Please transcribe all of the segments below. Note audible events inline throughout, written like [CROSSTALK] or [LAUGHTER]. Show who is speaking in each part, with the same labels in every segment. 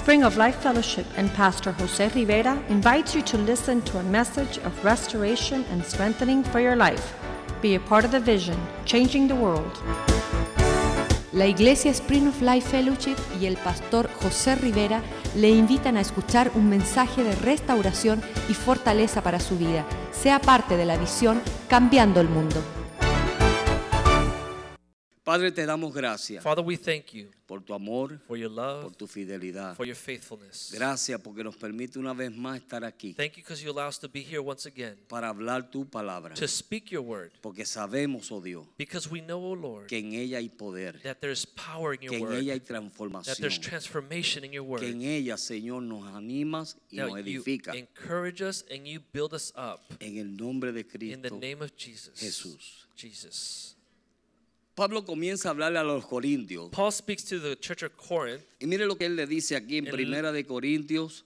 Speaker 1: Spring of Life Fellowship and Pastor Jose Rivera invites you to listen to a message of restoration and strengthening for your life. Be a part of the vision, changing the world.
Speaker 2: La Iglesia Spring of Life Fellowship y el pastor José Rivera le invitan a escuchar un mensaje de restauración y fortaleza para su vida. Sea parte de la visión Cambiando el Mundo.
Speaker 3: Padre, te damos gracias
Speaker 4: Father, we thank you
Speaker 3: por tu amor,
Speaker 4: for your
Speaker 3: por
Speaker 4: love,
Speaker 3: tu fidelidad.
Speaker 4: for your faithfulness.
Speaker 3: Gracias porque nos permite una vez más estar aquí
Speaker 4: Thank you because you allow us to be here once again
Speaker 3: para hablar tu palabra.
Speaker 4: to speak your word
Speaker 3: Porque sabemos, oh Dios,
Speaker 4: because we know, O Lord,
Speaker 3: que en ella hay poder,
Speaker 4: that there's power in
Speaker 3: que
Speaker 4: your
Speaker 3: en ella hay
Speaker 4: word, that
Speaker 3: transformación,
Speaker 4: there's transformation in your word,
Speaker 3: que en ella, Señor, nos animas y nos
Speaker 4: that you
Speaker 3: edifica.
Speaker 4: encourage us and you build us up
Speaker 3: En el nombre de
Speaker 4: in the
Speaker 3: Cristo.
Speaker 4: name of Jesus.
Speaker 3: Jesús.
Speaker 4: Jesus.
Speaker 3: Pablo comienza a hablarle a los corintios.
Speaker 4: Paul speaks to the church of Corinth.
Speaker 3: Y mire lo que él le dice aquí en
Speaker 4: En-
Speaker 3: Primera de Corintios,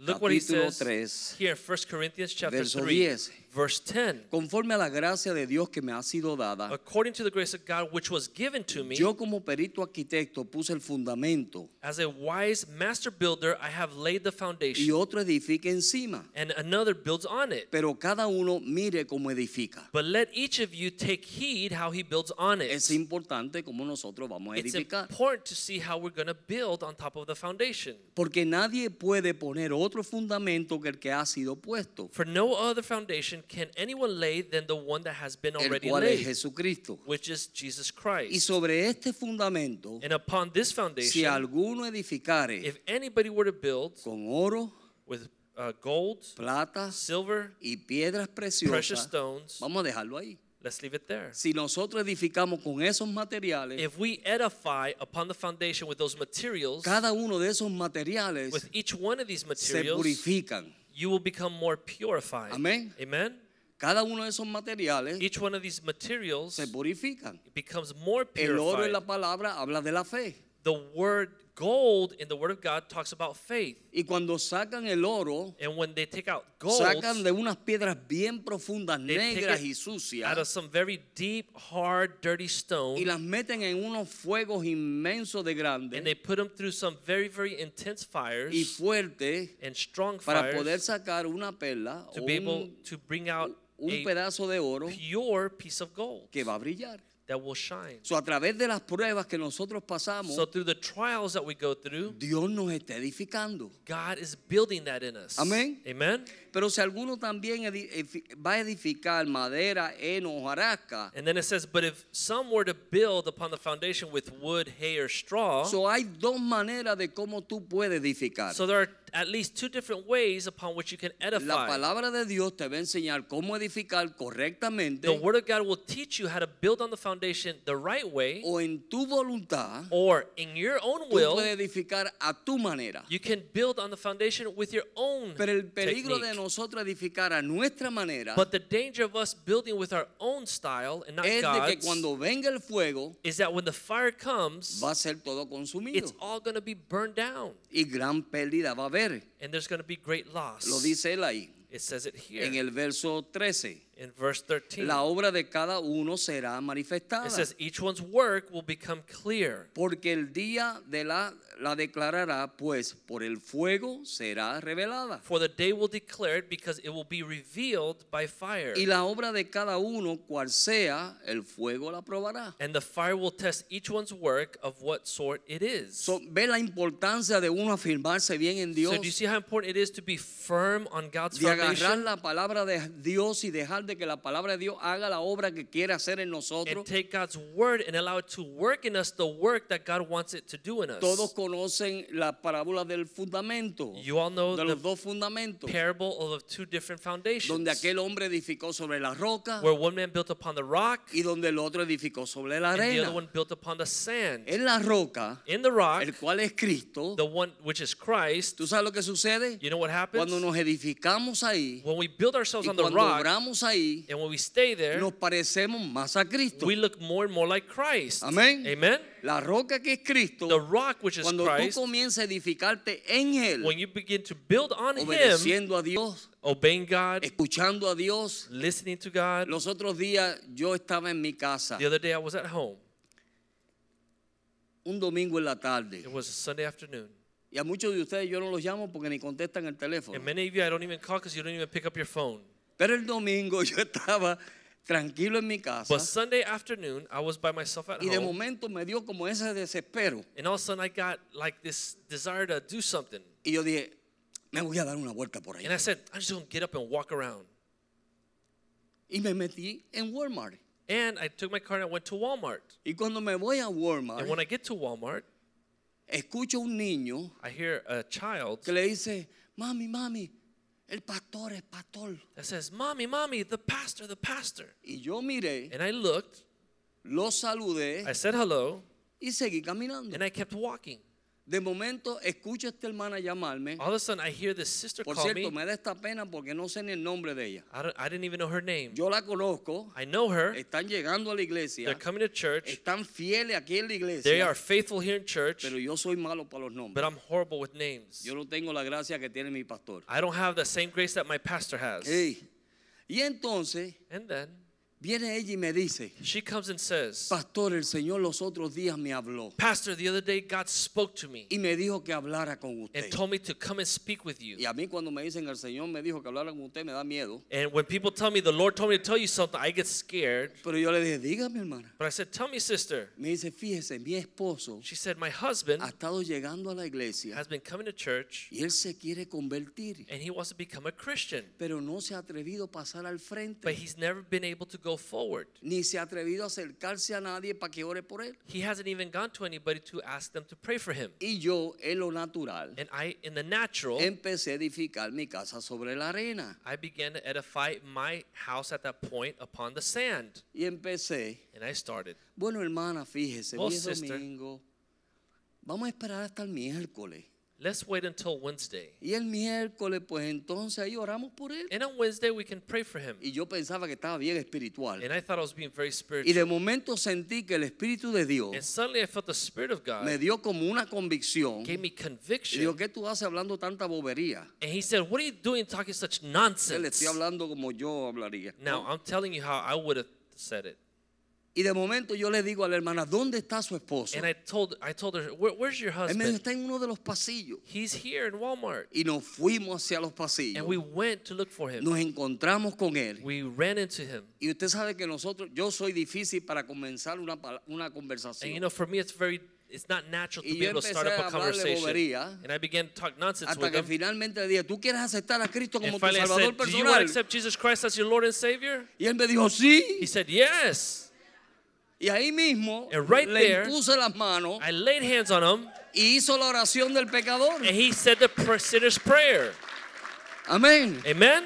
Speaker 4: Look what he
Speaker 3: Capítulo
Speaker 4: says
Speaker 3: tres,
Speaker 4: here, 1 Corinthians chapter
Speaker 3: verso
Speaker 4: 3,
Speaker 3: 10.
Speaker 4: verse 10.
Speaker 3: conforme a la gracia de Dios que me ha sido dada.
Speaker 4: According to the grace of God which was given to me,
Speaker 3: Yo como perito arquitecto puse el fundamento
Speaker 4: As a wise master builder, I have laid the
Speaker 3: y
Speaker 4: foundation,
Speaker 3: otro edifica encima.
Speaker 4: and another builds on it.
Speaker 3: Pero cada uno mire cómo edifica.
Speaker 4: But let each of you take heed how he builds on it.
Speaker 3: Es importante cómo nosotros vamos a
Speaker 4: It's
Speaker 3: edificar.
Speaker 4: important to see how we're going to build on top of the foundation.
Speaker 3: Porque nadie puede poner otro fundamento que el que ha sido puesto,
Speaker 4: For no other foundation can anyone lay than the one that has been
Speaker 3: el
Speaker 4: already
Speaker 3: cual es
Speaker 4: laid,
Speaker 3: Jesucristo.
Speaker 4: which is Jesus
Speaker 3: Y
Speaker 4: Christ.
Speaker 3: sobre este fundamento,
Speaker 4: And upon this
Speaker 3: si
Speaker 4: foundation,
Speaker 3: alguno edificare
Speaker 4: if anybody were to build
Speaker 3: con oro,
Speaker 4: with uh, gold,
Speaker 3: plata
Speaker 4: silver,
Speaker 3: y piedras
Speaker 4: precious
Speaker 3: preciosas,
Speaker 4: stones,
Speaker 3: vamos a dejarlo ahí.
Speaker 4: let's leave it there.
Speaker 3: Si nosotros edificamos con esos materiales,
Speaker 4: If we edify upon the foundation with those materials,
Speaker 3: cada uno de esos materiales
Speaker 4: with each one of these
Speaker 3: se
Speaker 4: materials,
Speaker 3: purifican.
Speaker 4: you will become more purified.
Speaker 3: Amén.
Speaker 4: Amen.
Speaker 3: Cada uno de esos materiales
Speaker 4: Each one of these materials
Speaker 3: se purifican.
Speaker 4: becomes more
Speaker 3: El oro en
Speaker 4: purified.
Speaker 3: la palabra habla de la fe.
Speaker 4: The word gold in the Word of God talks about faith.
Speaker 3: Y cuando sacan el oro,
Speaker 4: And when they take out gold,
Speaker 3: sacan de unas piedras bien profundas,
Speaker 4: they take
Speaker 3: negras
Speaker 4: it
Speaker 3: y
Speaker 4: out of
Speaker 3: sucias,
Speaker 4: some very deep, hard, dirty stone,
Speaker 3: y las meten en unos fuegos inmensos de
Speaker 4: and they
Speaker 3: grandes
Speaker 4: put them through some very, very intense fires
Speaker 3: y fuertes
Speaker 4: and strong
Speaker 3: para
Speaker 4: fires
Speaker 3: poder sacar una perla
Speaker 4: to
Speaker 3: o
Speaker 4: be able
Speaker 3: un,
Speaker 4: to bring out
Speaker 3: un
Speaker 4: a
Speaker 3: pedazo de oro
Speaker 4: pure piece of gold
Speaker 3: que va a brillar.
Speaker 4: that will shine.
Speaker 3: So, a través de las pruebas que nosotros pasamos,
Speaker 4: So through the trials that we go through,
Speaker 3: Dios nos está edificando.
Speaker 4: God is building that in us.
Speaker 3: Amén.
Speaker 4: Amen.
Speaker 3: Pero si alguno también edi- efi- va a edificar madera, heno, hojarasca,
Speaker 4: And then it says, but if some were to build upon the foundation with wood, hay, or straw, so,
Speaker 3: so hay dos maneras de cómo tú puedes edificar.
Speaker 4: there are at least two different ways upon which you can
Speaker 3: La
Speaker 4: edify.
Speaker 3: palabra de Dios te va a enseñar cómo edificar correctamente
Speaker 4: The Word of God will teach you how to build on the foundation the right way,
Speaker 3: o en tu voluntad,
Speaker 4: or in your own
Speaker 3: tú
Speaker 4: will,
Speaker 3: puedes edificar a tu manera.
Speaker 4: you can build on the foundation with your own
Speaker 3: Pero el peligro de
Speaker 4: technique.
Speaker 3: nosotros edificar a nuestra manera
Speaker 4: But the danger of us building with our own style and not
Speaker 3: es de que
Speaker 4: God's
Speaker 3: cuando venga el fuego
Speaker 4: is that when the fire comes,
Speaker 3: va a ser todo consumido
Speaker 4: it's all going to be burned down.
Speaker 3: y gran pérdida va a haber.
Speaker 4: and there's going to be great loss.
Speaker 3: Lo dice él ahí.
Speaker 4: it says it here
Speaker 3: en el verso 13.
Speaker 4: in verse 13.
Speaker 3: La obra de cada uno será manifestada,
Speaker 4: it says each one's work will become clear
Speaker 3: porque el día de la la declarará, pues por el fuego será revelada.
Speaker 4: for the day will declare it because it will be revealed by fire
Speaker 3: Y la obra de cada uno, cual sea, el fuego la probará.
Speaker 4: and the fire will test each one's work of what sort it is
Speaker 3: So, ve la importancia de uno afirmarse bien en Dios,
Speaker 4: so do you see how important it is to be firm on God's
Speaker 3: de agarrar
Speaker 4: foundation
Speaker 3: la palabra de Dios y dejar de que la palabra de Dios haga la obra que quiere hacer en nosotros.
Speaker 4: and take God's word and allow it to work in us the work that God wants it to do in us
Speaker 3: Todos conocen la parábola del fundamento,
Speaker 4: You all know
Speaker 3: de
Speaker 4: the
Speaker 3: los dos fundamentos.
Speaker 4: parable of two different foundations
Speaker 3: donde aquel hombre edificó sobre la roca
Speaker 4: where one man built upon the rock
Speaker 3: y donde el otro edificó sobre la
Speaker 4: and the
Speaker 3: arena.
Speaker 4: other one built upon the sand.
Speaker 3: En la roca,
Speaker 4: In the rock,
Speaker 3: el cual es Cristo,
Speaker 4: the one which is Christ,
Speaker 3: ¿tú sabes lo que sucede?
Speaker 4: you know what happens?
Speaker 3: Cuando nos edificamos ahí
Speaker 4: When we build
Speaker 3: y
Speaker 4: ourselves on the
Speaker 3: cuando
Speaker 4: rock
Speaker 3: obramos ahí,
Speaker 4: and when we stay there,
Speaker 3: nos parecemos más a Cristo.
Speaker 4: we look more and more like Christ.
Speaker 3: Amén.
Speaker 4: Amen.
Speaker 3: La roca que es Cristo,
Speaker 4: The rock which is
Speaker 3: cuando tú
Speaker 4: Christ,
Speaker 3: comienzas a edificarte en
Speaker 4: when
Speaker 3: Él,
Speaker 4: you begin to build on Him,
Speaker 3: obedeciendo a Dios,
Speaker 4: obeying God,
Speaker 3: escuchando a Dios.
Speaker 4: listening to God.
Speaker 3: Los otros días yo estaba en mi casa,
Speaker 4: The other day I was at home.
Speaker 3: un domingo en la tarde.
Speaker 4: It was a Sunday afternoon.
Speaker 3: Y a muchos de ustedes yo no los llamo porque ni contestan el teléfono.
Speaker 4: And many of you, I don't even call because you don't even pick up your phone.
Speaker 3: Pero el domingo [LAUGHS] yo estaba tranquilo en mi casa
Speaker 4: But Sunday afternoon, I was by myself at
Speaker 3: y de
Speaker 4: home,
Speaker 3: momento me dio como ese desespero.
Speaker 4: and all of a sudden I got like this desire to do something.
Speaker 3: Y yo dije, me voy a dar una vuelta por ahí.
Speaker 4: And I said, I'm just going to get up and walk around.
Speaker 3: Y me metí en Walmart.
Speaker 4: And I took my car and I went to Walmart.
Speaker 3: Y cuando me voy a
Speaker 4: And when
Speaker 3: Walmart,
Speaker 4: I get to Walmart,
Speaker 3: escucho a un niño
Speaker 4: I hear a child
Speaker 3: que le dice, mami, mami, el pastor es pastor.
Speaker 4: that says, Mommy, Mommy, the pastor, the pastor.
Speaker 3: Y yo miré,
Speaker 4: And I looked,
Speaker 3: lo saludé
Speaker 4: I said hello,
Speaker 3: y seguí caminando.
Speaker 4: and I kept walking.
Speaker 3: De momento escucho a esta hermana llamarme.
Speaker 4: All of a sudden, I hear this sister
Speaker 3: Por
Speaker 4: Ah, pues, call
Speaker 3: cierto,
Speaker 4: me.
Speaker 3: me da esta pena porque no sé ni el nombre de ella.
Speaker 4: I, don't, I didn't even know her name.
Speaker 3: Yo la conozco,
Speaker 4: I know her.
Speaker 3: están llegando a la
Speaker 4: They're
Speaker 3: iglesia,
Speaker 4: coming to church.
Speaker 3: están fieles aquí en la
Speaker 4: They are
Speaker 3: iglesia,
Speaker 4: faithful here in church,
Speaker 3: pero yo soy malo para los
Speaker 4: but
Speaker 3: nombres.
Speaker 4: I'm horrible with names.
Speaker 3: Yo no tengo la gracia que tiene mi pastor.
Speaker 4: I don't have the same grace that my pastor has.
Speaker 3: Ey, Y entonces
Speaker 4: And then
Speaker 3: viene ella y me dice,
Speaker 4: she comes and says,
Speaker 3: pastor, el Señor los otros días me habló
Speaker 4: Pastor, the other day God spoke to me
Speaker 3: y me dijo que hablara con usted.
Speaker 4: and told me to come and speak with you.
Speaker 3: Y a mí cuando me dicen, el Señor me dijo que hablara con usted, me da miedo.
Speaker 4: And when people tell me the Lord told me to tell you something, I get scared.
Speaker 3: Pero yo le dije, dígame hermana.
Speaker 4: But I said, Tell me, sister.
Speaker 3: Me dice, fíjese, mi esposo
Speaker 4: She said, My husband
Speaker 3: ha estado llegando a la iglesia
Speaker 4: has been coming to church
Speaker 3: y él se quiere convertir,
Speaker 4: and he wants to become a Christian,
Speaker 3: pero no se ha atrevido a pasar al
Speaker 4: but
Speaker 3: frente,
Speaker 4: he's never been able to go forward.
Speaker 3: ni se ha atrevido a acercarse a nadie para que ore por él.
Speaker 4: He hasn't even gone to anybody to ask them to pray for him.
Speaker 3: Y yo, en lo natural,
Speaker 4: And I, in the natural,
Speaker 3: empecé a edificar mi casa sobre la arena
Speaker 4: I began to edify my house at that point upon the sand.
Speaker 3: y empecé
Speaker 4: And I started.
Speaker 3: Bueno, hermana, fíjese,
Speaker 4: Well,
Speaker 3: hoy es
Speaker 4: Oh, sister.
Speaker 3: domingo. Vamos a esperar hasta el miércoles.
Speaker 4: Let's wait until Wednesday.
Speaker 3: Y el miércoles, pues entonces ahí oramos por él.
Speaker 4: And on Wednesday, we can pray for him.
Speaker 3: Y yo pensaba que estaba bien espiritual.
Speaker 4: And I thought I was being very
Speaker 3: Y de
Speaker 4: spiritual.
Speaker 3: momento sentí que el Espíritu de
Speaker 4: And
Speaker 3: Dios
Speaker 4: suddenly I felt the Spirit
Speaker 3: me
Speaker 4: of God
Speaker 3: dio como una convicción. Y
Speaker 4: gave me conviction.
Speaker 3: digo, ¿qué tú haces hablando tanta bobería?
Speaker 4: And he said, What are you doing talking such
Speaker 3: Se le
Speaker 4: nonsense?
Speaker 3: estoy hablando como yo hablaría.
Speaker 4: Now, I'm telling you how I would have said it.
Speaker 3: Y de momento yo le digo a la hermana, ¿dónde está su esposo?
Speaker 4: And I told I told her, Where, where's your
Speaker 3: Él me dijo,
Speaker 4: husband?
Speaker 3: está en uno de los pasillos.
Speaker 4: He's here in Walmart.
Speaker 3: Y nos fuimos hacia los
Speaker 4: And
Speaker 3: pasillos.
Speaker 4: we went to look for him.
Speaker 3: Nos encontramos con él.
Speaker 4: We ran into him.
Speaker 3: Y usted sabe que nosotros, yo soy difícil para comenzar una, pala- una
Speaker 4: And
Speaker 3: conversación.
Speaker 4: you know, for me, it's very, it's not natural to
Speaker 3: Y
Speaker 4: be
Speaker 3: yo
Speaker 4: able to start
Speaker 3: empecé
Speaker 4: up
Speaker 3: a
Speaker 4: a
Speaker 3: hablarle
Speaker 4: conversation.
Speaker 3: bobería
Speaker 4: And I began to talk nonsense
Speaker 3: hasta
Speaker 4: with
Speaker 3: que
Speaker 4: him.
Speaker 3: finalmente le dije, ¿tú quieres aceptar a Cristo como
Speaker 4: And
Speaker 3: tu
Speaker 4: finally, I
Speaker 3: Salvador
Speaker 4: said, Do you want
Speaker 3: personal?
Speaker 4: to accept Jesus Christ as your Lord and Savior?
Speaker 3: Y él me dijo,
Speaker 4: He
Speaker 3: sí.
Speaker 4: said, Yes.
Speaker 3: Y ahí mismo
Speaker 4: And right
Speaker 3: le
Speaker 4: there,
Speaker 3: puse las manos
Speaker 4: I laid hands on him,
Speaker 3: y hizo la oración del pecador.
Speaker 4: and he said the pr- sinner's prayer.
Speaker 3: Amén.
Speaker 4: Amen?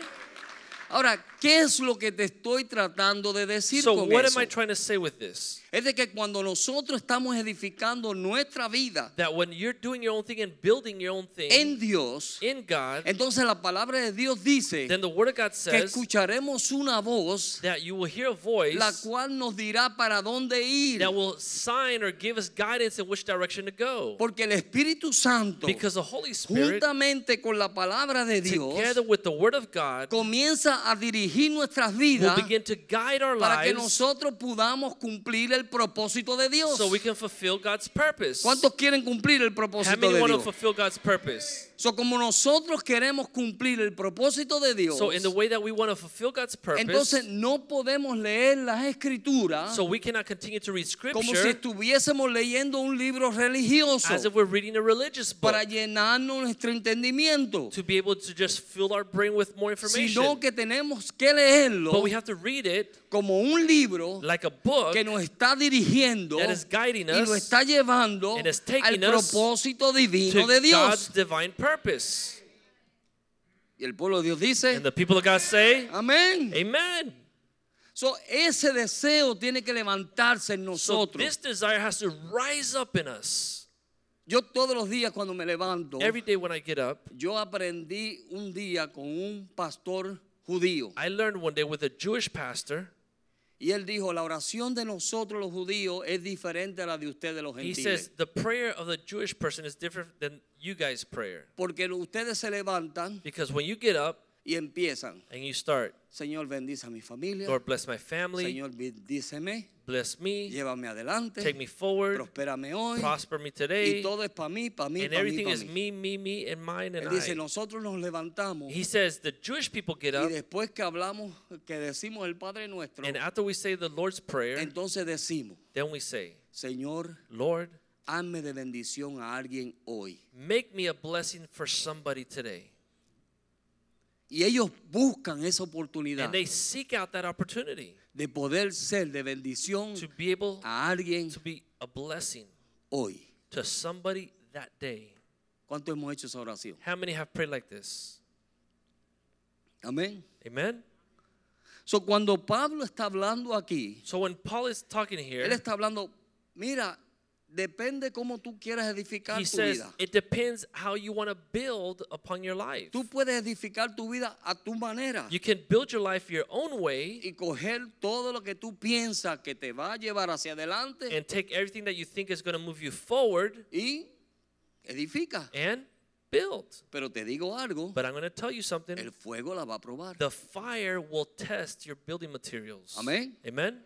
Speaker 3: Ahora, ¿qué es lo que te estoy tratando de decir
Speaker 4: So,
Speaker 3: con
Speaker 4: what
Speaker 3: eso?
Speaker 4: am I trying to say with this?
Speaker 3: Es de que cuando nosotros estamos edificando nuestra vida
Speaker 4: That when you're doing your own thing and building your own
Speaker 3: en
Speaker 4: thing
Speaker 3: Dios,
Speaker 4: in God,
Speaker 3: entonces la palabra de Dios dice
Speaker 4: then the Word of God
Speaker 3: que
Speaker 4: says
Speaker 3: escucharemos una voz
Speaker 4: that you will hear a
Speaker 3: la
Speaker 4: voice
Speaker 3: cual nos dirá para dónde ir.
Speaker 4: that will sign or give us guidance in which direction to go.
Speaker 3: Porque el Espíritu Santo,
Speaker 4: Because the Holy Spirit,
Speaker 3: juntamente con la palabra de Dios,
Speaker 4: together with the Word of God,
Speaker 3: comienza a dirigir nuestras
Speaker 4: will
Speaker 3: vidas
Speaker 4: begin to guide our
Speaker 3: para que
Speaker 4: lives
Speaker 3: nosotros podamos cumplir el propósito de Dios.
Speaker 4: so we can fulfill God's purpose.
Speaker 3: ¿Cuántos quieren cumplir el
Speaker 4: How
Speaker 3: propósito
Speaker 4: many
Speaker 3: de
Speaker 4: want to
Speaker 3: Dios?
Speaker 4: fulfill God's purpose?
Speaker 3: So, como nosotros queremos cumplir el propósito de Dios,
Speaker 4: So, in the way that we want to fulfill God's purpose,
Speaker 3: entonces no podemos leer las escrituras
Speaker 4: so we cannot continue to read
Speaker 3: como si
Speaker 4: Scripture
Speaker 3: estuviésemos leyendo un libro religioso
Speaker 4: as if we're reading a religious book
Speaker 3: para llenarnos nuestro entendimiento.
Speaker 4: to be able to just fill our brain with more information.
Speaker 3: sino que tenemos que leerlo
Speaker 4: But we have to read it
Speaker 3: como un libro
Speaker 4: like a book
Speaker 3: que nos está dirigiendo
Speaker 4: that is guiding
Speaker 3: y lo
Speaker 4: us
Speaker 3: está llevando
Speaker 4: and is
Speaker 3: al
Speaker 4: taking us
Speaker 3: propósito divino de
Speaker 4: to
Speaker 3: Dios.
Speaker 4: God's divine purpose.
Speaker 3: Y el pueblo de Dios dice,
Speaker 4: And the people of God say,
Speaker 3: amén.
Speaker 4: Amen.
Speaker 3: So, ese deseo tiene que levantarse en
Speaker 4: So
Speaker 3: nosotros.
Speaker 4: this desire has to rise up in us.
Speaker 3: yo todos los días cuando me levanto,
Speaker 4: Every day when I get up,
Speaker 3: yo aprendí un día con un pastor judío
Speaker 4: I learned one day with a Jewish pastor.
Speaker 3: y él dijo, la oración de nosotros los judíos es diferente a la de ustedes los
Speaker 4: He
Speaker 3: gentiles.
Speaker 4: says the prayer of the Jewish person is different than you guys' prayer.
Speaker 3: porque ustedes se levantan
Speaker 4: Because when you get up,
Speaker 3: y empiezan.
Speaker 4: and you start.
Speaker 3: Señor, bendice a mi familia.
Speaker 4: Lord, bless my family.
Speaker 3: Señor, bendíceme.
Speaker 4: Bless me.
Speaker 3: Llévame adelante.
Speaker 4: Take me forward.
Speaker 3: Prospérame hoy.
Speaker 4: Prosper me
Speaker 3: Y
Speaker 4: today.
Speaker 3: todo es para mí, para mí,
Speaker 4: And
Speaker 3: para mí,
Speaker 4: everything
Speaker 3: pa'
Speaker 4: is
Speaker 3: mí.
Speaker 4: me, me, me, and mine, and
Speaker 3: Él dice,
Speaker 4: I.
Speaker 3: nosotros nos levantamos
Speaker 4: He says the Jewish people get
Speaker 3: y
Speaker 4: up,
Speaker 3: después que hablamos, que decimos el Padre Nuestro,
Speaker 4: and after we say the Lord's Prayer,
Speaker 3: entonces decimos,
Speaker 4: then we say,
Speaker 3: Señor,
Speaker 4: Lord,
Speaker 3: hazme de bendición a alguien hoy.
Speaker 4: make me a blessing for somebody today.
Speaker 3: Y ellos buscan esa oportunidad
Speaker 4: And they seek out that opportunity
Speaker 3: de poder ser de bendición
Speaker 4: to be able
Speaker 3: a alguien
Speaker 4: to be a blessing
Speaker 3: hoy.
Speaker 4: to somebody that day.
Speaker 3: ¿Cuánto hemos hecho esa oración?
Speaker 4: How many have prayed like this?
Speaker 3: Amén.
Speaker 4: Amen?
Speaker 3: So, cuando Pablo está hablando aquí,
Speaker 4: So when Paul is talking
Speaker 3: él
Speaker 4: here,
Speaker 3: está hablando, mira, depende cómo tú quieras edificar
Speaker 4: he
Speaker 3: tu
Speaker 4: says
Speaker 3: vida.
Speaker 4: it depends how you want to build upon your life.
Speaker 3: Tú puedes edificar tu vida a tu manera
Speaker 4: You can build your life your own way
Speaker 3: y coger todo lo que tú piensas que te va a llevar hacia adelante
Speaker 4: and take everything that you think is going to move you forward
Speaker 3: y edifica.
Speaker 4: and build.
Speaker 3: Pero te digo algo,
Speaker 4: But I'm going to tell you something.
Speaker 3: el fuego la va a probar.
Speaker 4: The fire will test your building materials.
Speaker 3: Amén.
Speaker 4: Amen.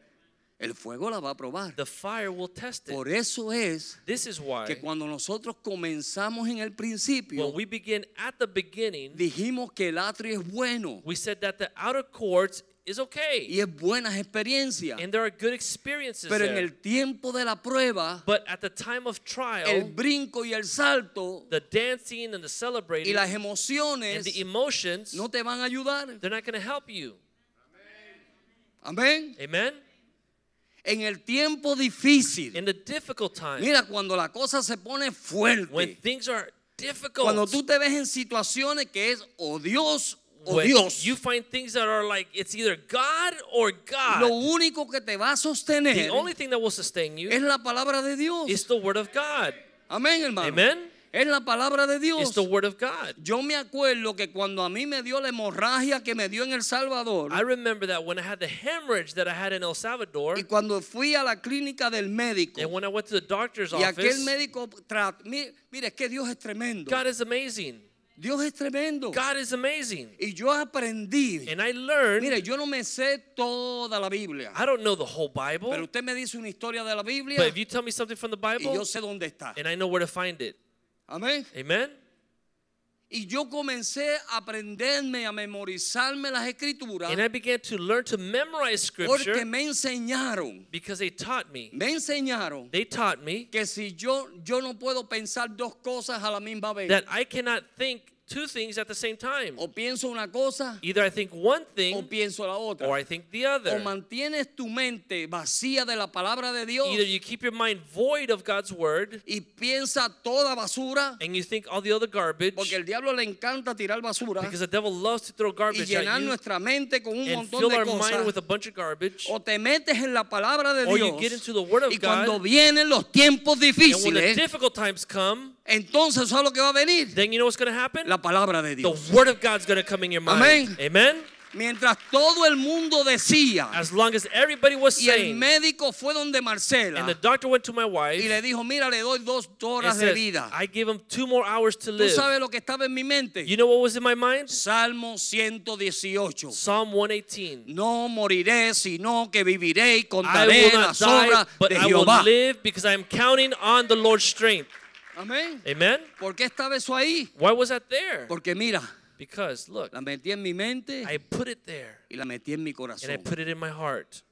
Speaker 3: El fuego la va a probar.
Speaker 4: The fire will test it.
Speaker 3: Por eso es
Speaker 4: This is why
Speaker 3: que cuando nosotros comenzamos en el principio,
Speaker 4: when we begin at the beginning,
Speaker 3: dijimos que el atrio es bueno
Speaker 4: we said that the outer courts is
Speaker 3: y
Speaker 4: okay
Speaker 3: es buenas experiencias.
Speaker 4: and there are good experiences
Speaker 3: Pero en
Speaker 4: there.
Speaker 3: el tiempo de la prueba,
Speaker 4: But at the time of
Speaker 3: el
Speaker 4: trial,
Speaker 3: brinco y el salto
Speaker 4: the dancing and the
Speaker 3: y
Speaker 4: celebrating
Speaker 3: las
Speaker 4: and
Speaker 3: emociones
Speaker 4: the em- emotions,
Speaker 3: no te van a ayudar.
Speaker 4: they're not going to help you.
Speaker 3: Amén.
Speaker 4: Amen?
Speaker 3: En el tiempo difícil.
Speaker 4: In the difficult time,
Speaker 3: Mira, cuando la cosa se pone
Speaker 4: when
Speaker 3: fuerte,
Speaker 4: things are difficult,
Speaker 3: cuando tú te ves en situaciones que es o Dios o
Speaker 4: when
Speaker 3: Dios,
Speaker 4: you find things that are like it's either God or God,
Speaker 3: lo único que te va a
Speaker 4: the
Speaker 3: sostener
Speaker 4: only thing that will sustain you
Speaker 3: es la palabra de
Speaker 4: is
Speaker 3: Dios.
Speaker 4: the Word of God.
Speaker 3: Amén, hermano.
Speaker 4: Amen?
Speaker 3: Es la palabra de
Speaker 4: It's
Speaker 3: Dios.
Speaker 4: the Word of God.
Speaker 3: Yo me acuerdo que cuando a mí me dio la hemorragia que me dio en El Salvador
Speaker 4: I remember that when I had the hemorrhage that I had in El Salvador,
Speaker 3: y cuando fui a la clínica del médico
Speaker 4: and when I went to the doctor's
Speaker 3: y aquel
Speaker 4: office,
Speaker 3: médico tra- mi- mire, es que Dios es tremendo.
Speaker 4: God is amazing.
Speaker 3: Dios es tremendo.
Speaker 4: God is amazing.
Speaker 3: Y yo aprendí.
Speaker 4: And I learned,
Speaker 3: Mire, yo no me sé toda la Biblia,
Speaker 4: I don't know the whole Bible,
Speaker 3: pero usted me dice una historia de la Biblia
Speaker 4: but if you tell me something from the
Speaker 3: y yo
Speaker 4: Bible,
Speaker 3: sé dónde está.
Speaker 4: and I know where to find it.
Speaker 3: Amén.
Speaker 4: Amen?
Speaker 3: Y yo comencé a aprenderme, a memorizarme las escrituras
Speaker 4: And I began to learn to memorize
Speaker 3: porque
Speaker 4: scripture
Speaker 3: me enseñaron,
Speaker 4: because they taught me.
Speaker 3: me enseñaron
Speaker 4: They taught me
Speaker 3: que si yo yo no puedo pensar dos cosas a la misma vez,
Speaker 4: that I cannot think two things at the same time.
Speaker 3: o pienso una cosa
Speaker 4: Either I think one
Speaker 3: o
Speaker 4: thing
Speaker 3: pienso la otra.
Speaker 4: or I think the
Speaker 3: O
Speaker 4: other.
Speaker 3: mantienes tu mente vacía de la palabra de Dios
Speaker 4: Either you keep your mind void of God's word
Speaker 3: y piensa toda basura,
Speaker 4: and you think all the other garbage
Speaker 3: porque el diablo le encanta tirar basura
Speaker 4: because the devil loves to throw
Speaker 3: y
Speaker 4: garbage at
Speaker 3: llenar
Speaker 4: you
Speaker 3: nuestra mente con un
Speaker 4: and
Speaker 3: montón
Speaker 4: fill
Speaker 3: de
Speaker 4: our mind
Speaker 3: cosas.
Speaker 4: with
Speaker 3: Oh,
Speaker 4: a bunch of garbage.
Speaker 3: O te metes en la palabra de
Speaker 4: Or you
Speaker 3: Dios
Speaker 4: get into the Word of
Speaker 3: y cuando
Speaker 4: God,
Speaker 3: vienen los tiempos
Speaker 4: And when the
Speaker 3: difíciles,
Speaker 4: difficult times come,
Speaker 3: entonces solo que va a venir
Speaker 4: then you know what's going to happen?
Speaker 3: la palabra de
Speaker 4: The
Speaker 3: Dios.
Speaker 4: word of God's going to come in your mind.
Speaker 3: Amén.
Speaker 4: Amen.
Speaker 3: Mientras todo el mundo decía
Speaker 4: As long as everybody was
Speaker 3: y el
Speaker 4: saying,
Speaker 3: médico fue donde
Speaker 4: and the
Speaker 3: Marcela
Speaker 4: doctor went to my
Speaker 3: y
Speaker 4: wife
Speaker 3: le dijo, mira, le doy dos
Speaker 4: and
Speaker 3: horas de
Speaker 4: says,
Speaker 3: vida.
Speaker 4: I give him two more hours to
Speaker 3: ¿Tú
Speaker 4: live.
Speaker 3: sabes lo que estaba en mi mente?
Speaker 4: You know what was in my mind?
Speaker 3: Salmo 118.
Speaker 4: Psalm 118.
Speaker 3: No moriré, sino que viviré y
Speaker 4: I will
Speaker 3: contaré
Speaker 4: not
Speaker 3: las
Speaker 4: die,
Speaker 3: obras
Speaker 4: but
Speaker 3: de
Speaker 4: I will
Speaker 3: Jehová.
Speaker 4: live because I am counting on the Lord's strength.
Speaker 3: Amén.
Speaker 4: Amen.
Speaker 3: ¿Por qué estaba eso ahí?
Speaker 4: Why was that there?
Speaker 3: Porque mira,
Speaker 4: Because look,
Speaker 3: la metí en mi mente
Speaker 4: I put it there
Speaker 3: y la metí en mi
Speaker 4: and I
Speaker 3: corazón.
Speaker 4: put it in my heart.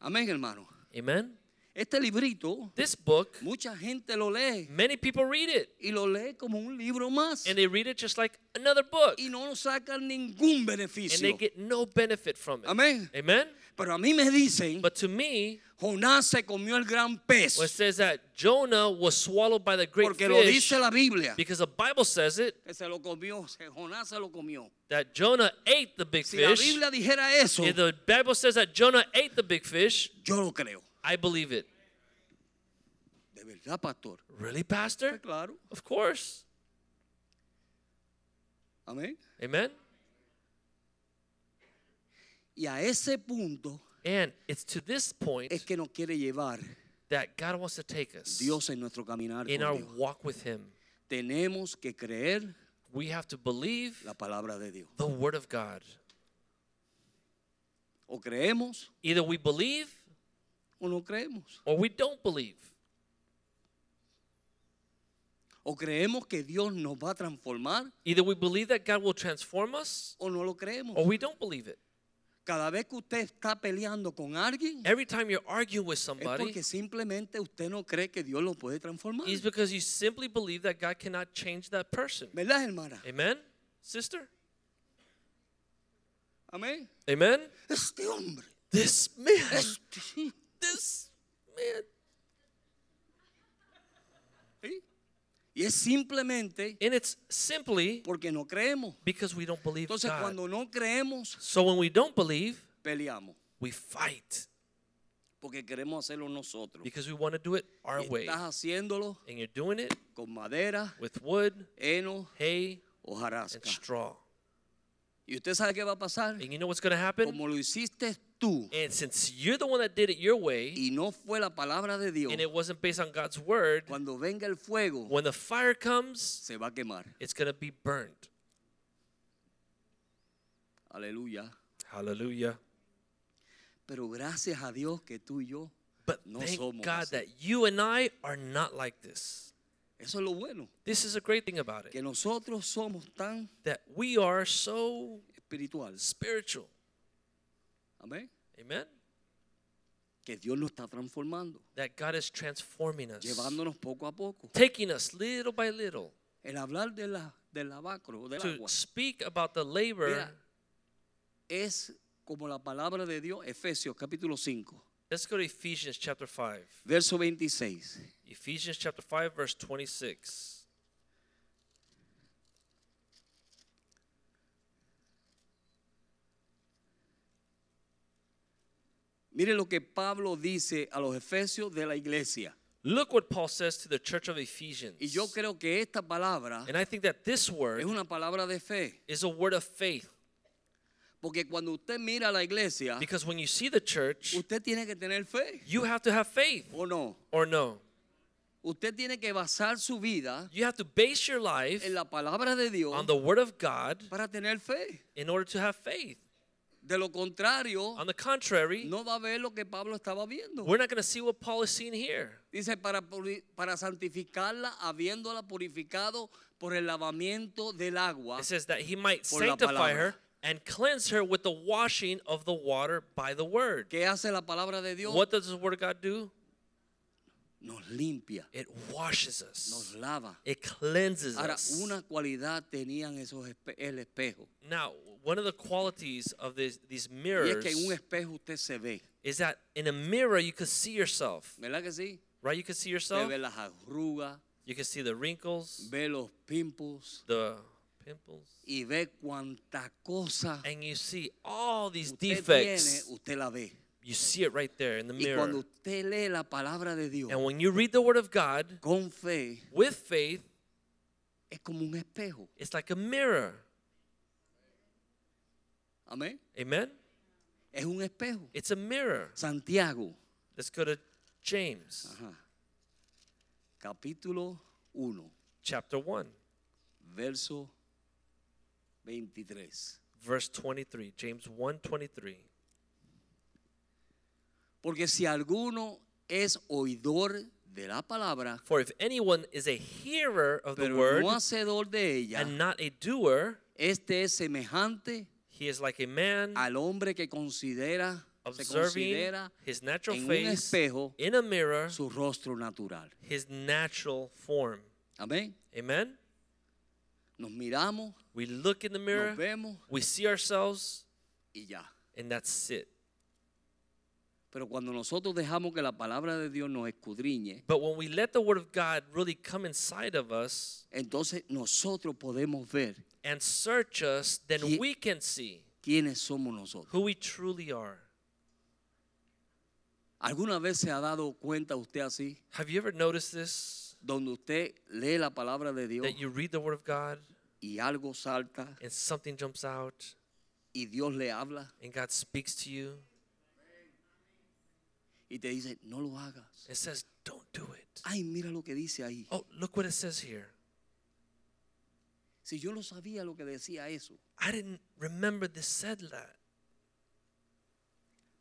Speaker 3: Amén, hermano.
Speaker 4: Amen.
Speaker 3: Este librito,
Speaker 4: This book,
Speaker 3: mucha gente lo lee
Speaker 4: many people read it
Speaker 3: y lo lee como un libro más
Speaker 4: and they read it just like another book.
Speaker 3: y no sacan ningún
Speaker 4: and they
Speaker 3: beneficio.
Speaker 4: get no benefit from it.
Speaker 3: Amén.
Speaker 4: Amen.
Speaker 3: Pero a mí me dicen,
Speaker 4: But to me,
Speaker 3: Jonás se comió el gran
Speaker 4: when it
Speaker 3: pez
Speaker 4: says that Jonah was swallowed by the great
Speaker 3: porque lo
Speaker 4: fish,
Speaker 3: dice la Biblia.
Speaker 4: because the Bible says it
Speaker 3: que se lo comió, se- Jonás se lo comió.
Speaker 4: that Jonah ate the big
Speaker 3: Si la
Speaker 4: fish.
Speaker 3: Biblia dijera eso,
Speaker 4: If the Bible says that Jonah ate the big fish,
Speaker 3: yo lo creo.
Speaker 4: I believe it.
Speaker 3: De verdad, pastor.
Speaker 4: Really, Pastor?
Speaker 3: Pues claro.
Speaker 4: Of course.
Speaker 3: Amén.
Speaker 4: Amen.
Speaker 3: Y a ese punto
Speaker 4: And it's to this point
Speaker 3: es que nos quiere llevar
Speaker 4: that God wants to take us
Speaker 3: Dios en nuestro caminar.
Speaker 4: in
Speaker 3: con
Speaker 4: our
Speaker 3: Dios.
Speaker 4: walk with Him.
Speaker 3: Tenemos que creer
Speaker 4: We have to believe
Speaker 3: la palabra de Dios.
Speaker 4: the Word of God.
Speaker 3: O creemos
Speaker 4: Either we believe
Speaker 3: o no creemos.
Speaker 4: or we don't believe.
Speaker 3: O creemos que Dios nos va a transformar
Speaker 4: Either we believe that God will transform us
Speaker 3: o no lo creemos.
Speaker 4: or we don't believe it.
Speaker 3: Cada vez que usted está peleando con alguien
Speaker 4: Every time you're arguing with
Speaker 3: es porque
Speaker 4: somebody,
Speaker 3: simplemente usted no cree que Dios lo puede transformar.
Speaker 4: it's because you simply believe that God cannot change that person.
Speaker 3: ¿Verdad, hermana?
Speaker 4: Amen, sister?
Speaker 3: Amén.
Speaker 4: Amen?
Speaker 3: Este hombre,
Speaker 4: This man,
Speaker 3: este sí.
Speaker 4: this man.
Speaker 3: ¿sí? Y es simplemente
Speaker 4: And it's simply
Speaker 3: porque no creemos.
Speaker 4: because we don't believe
Speaker 3: Entonces,
Speaker 4: God.
Speaker 3: cuando no creemos,
Speaker 4: So when we don't believe,
Speaker 3: peleamos.
Speaker 4: we fight
Speaker 3: Porque queremos hacerlo nosotros.
Speaker 4: because we want to do it our
Speaker 3: Y
Speaker 4: way.
Speaker 3: estás haciéndolo
Speaker 4: And you're doing it
Speaker 3: con madera,
Speaker 4: with wood,
Speaker 3: heno
Speaker 4: hay,
Speaker 3: o
Speaker 4: and
Speaker 3: jarasca.
Speaker 4: straw.
Speaker 3: Y usted sabe qué va a pasar.
Speaker 4: And you know what's going to happen?
Speaker 3: Como lo hiciste tú
Speaker 4: And since you're the one that did it your way,
Speaker 3: y no fue la palabra de Dios,
Speaker 4: and it wasn't based on God's word,
Speaker 3: cuando venga el fuego,
Speaker 4: when the fire comes,
Speaker 3: se va a quemar.
Speaker 4: it's going to be burned.
Speaker 3: Aleluya.
Speaker 4: Hallelujah.
Speaker 3: Pero gracias a Dios que tú y yo
Speaker 4: But
Speaker 3: No
Speaker 4: thank
Speaker 3: somos
Speaker 4: God
Speaker 3: así.
Speaker 4: that you and I are not like this.
Speaker 3: Eso es lo bueno,
Speaker 4: This is a great thing about
Speaker 3: que
Speaker 4: it
Speaker 3: nosotros somos tan
Speaker 4: that we are so
Speaker 3: espirituales.
Speaker 4: spiritual.
Speaker 3: Amén.
Speaker 4: Amen.
Speaker 3: Que Dios nos está transformando,
Speaker 4: That God is transforming us,
Speaker 3: llevándonos poco a poco.
Speaker 4: taking us little by little.
Speaker 3: El hablar de la, del lavacro, del
Speaker 4: To
Speaker 3: agua,
Speaker 4: speak about the labor
Speaker 3: Mira. es como la palabra de Dios, Efesios capítulo 5,
Speaker 4: Let's go to Ephesians chapter 5.
Speaker 3: verso 26.
Speaker 4: Ephesians chapter 5, verse 26.
Speaker 3: Mire lo que Pablo dice a los Efesios de la iglesia.
Speaker 4: Look what Paul says to the church of Ephesians.
Speaker 3: Y yo creo que esta palabra
Speaker 4: and I think that this word
Speaker 3: es una palabra de fe.
Speaker 4: is a word of faith.
Speaker 3: Porque cuando usted mira a la iglesia,
Speaker 4: Because when you see the church,
Speaker 3: usted tiene que tener fe.
Speaker 4: you have to have faith
Speaker 3: ¿O no?
Speaker 4: or no.
Speaker 3: Usted tiene que basar su vida
Speaker 4: You have to base your life
Speaker 3: en la palabra de Dios
Speaker 4: on the word of God
Speaker 3: para tener fe.
Speaker 4: in order to have faith.
Speaker 3: De lo contrario,
Speaker 4: On the contrary,
Speaker 3: no va a ver lo que Pablo estaba viendo.
Speaker 4: we're not going to see what Paul is seeing here.
Speaker 3: Dice, para, puri- para santificarla, habiéndola purificado por el lavamiento del agua.
Speaker 4: It says that he might
Speaker 3: Por la
Speaker 4: sanctify
Speaker 3: palabra.
Speaker 4: her and cleanse her with the washing of the water by the word.
Speaker 3: ¿Qué hace la palabra de Dios?
Speaker 4: What does the word of God do?
Speaker 3: Nos limpia,
Speaker 4: It washes
Speaker 3: nos
Speaker 4: us.
Speaker 3: lava.
Speaker 4: It cleanses
Speaker 3: Ahora,
Speaker 4: us.
Speaker 3: una cualidad tenían esos espe- el espejo.
Speaker 4: Now, one of the qualities of this, these
Speaker 3: Y es
Speaker 4: mirrors
Speaker 3: que en un espejo usted se ve,
Speaker 4: is that in a mirror you could see yourself,
Speaker 3: ¿verdad que sí?
Speaker 4: right? You could see
Speaker 3: Usted
Speaker 4: yourself.
Speaker 3: ve las arrugas,
Speaker 4: You can see the wrinkles,
Speaker 3: ve los pimples
Speaker 4: the pimples,
Speaker 3: y ve cuánta cosa
Speaker 4: and you see all these
Speaker 3: usted
Speaker 4: defects.
Speaker 3: tiene, usted la ve.
Speaker 4: You see it right there in the
Speaker 3: Y cuando
Speaker 4: mirror.
Speaker 3: usted lee la palabra de Dios
Speaker 4: And when you read the Word of God
Speaker 3: con fe,
Speaker 4: with faith,
Speaker 3: es como un espejo.
Speaker 4: it's like a mirror.
Speaker 3: Amén.
Speaker 4: Amen?
Speaker 3: Es un espejo.
Speaker 4: It's a mirror.
Speaker 3: Santiago,
Speaker 4: Let's go to James
Speaker 3: ajá, capítulo 1,
Speaker 4: chapter 1,
Speaker 3: verso 23.
Speaker 4: verse 23. James 1 23.
Speaker 3: Porque si alguno es oidor de la palabra,
Speaker 4: For if anyone is a hearer of the
Speaker 3: pero
Speaker 4: word
Speaker 3: no hacedor de ella,
Speaker 4: and not a doer,
Speaker 3: este es semejante
Speaker 4: he is like a man
Speaker 3: al hombre que considera, se
Speaker 4: observing
Speaker 3: considera
Speaker 4: his natural
Speaker 3: en un
Speaker 4: face
Speaker 3: espejo
Speaker 4: in a mirror,
Speaker 3: su rostro natural.
Speaker 4: his natural form.
Speaker 3: Amén.
Speaker 4: Amen?
Speaker 3: Nos miramos,
Speaker 4: We look in the
Speaker 3: nos
Speaker 4: mirror,
Speaker 3: vemos
Speaker 4: we see ourselves,
Speaker 3: y ya.
Speaker 4: and that's it.
Speaker 3: Pero cuando nosotros dejamos que la palabra de Dios nos escudriñe,
Speaker 4: But when we let the word of God really come inside of us
Speaker 3: entonces nosotros podemos ver
Speaker 4: and search us, then
Speaker 3: Ye-
Speaker 4: we can see
Speaker 3: quiénes somos nosotros.
Speaker 4: who we truly are.
Speaker 3: ¿Alguna vez se ha dado cuenta usted así?
Speaker 4: Have you ever noticed this?
Speaker 3: Donde usted lee la palabra de Dios
Speaker 4: That you read the word of God
Speaker 3: y algo salta
Speaker 4: and something jumps out
Speaker 3: y Dios le habla
Speaker 4: and God speaks to you
Speaker 3: y te dice, no lo hagas.
Speaker 4: and says, Don't do it.
Speaker 3: Ay, mira lo que dice ahí.
Speaker 4: Oh, look what it says here.
Speaker 3: Si yo no sabía lo que decía eso.
Speaker 4: I didn't remember this said that.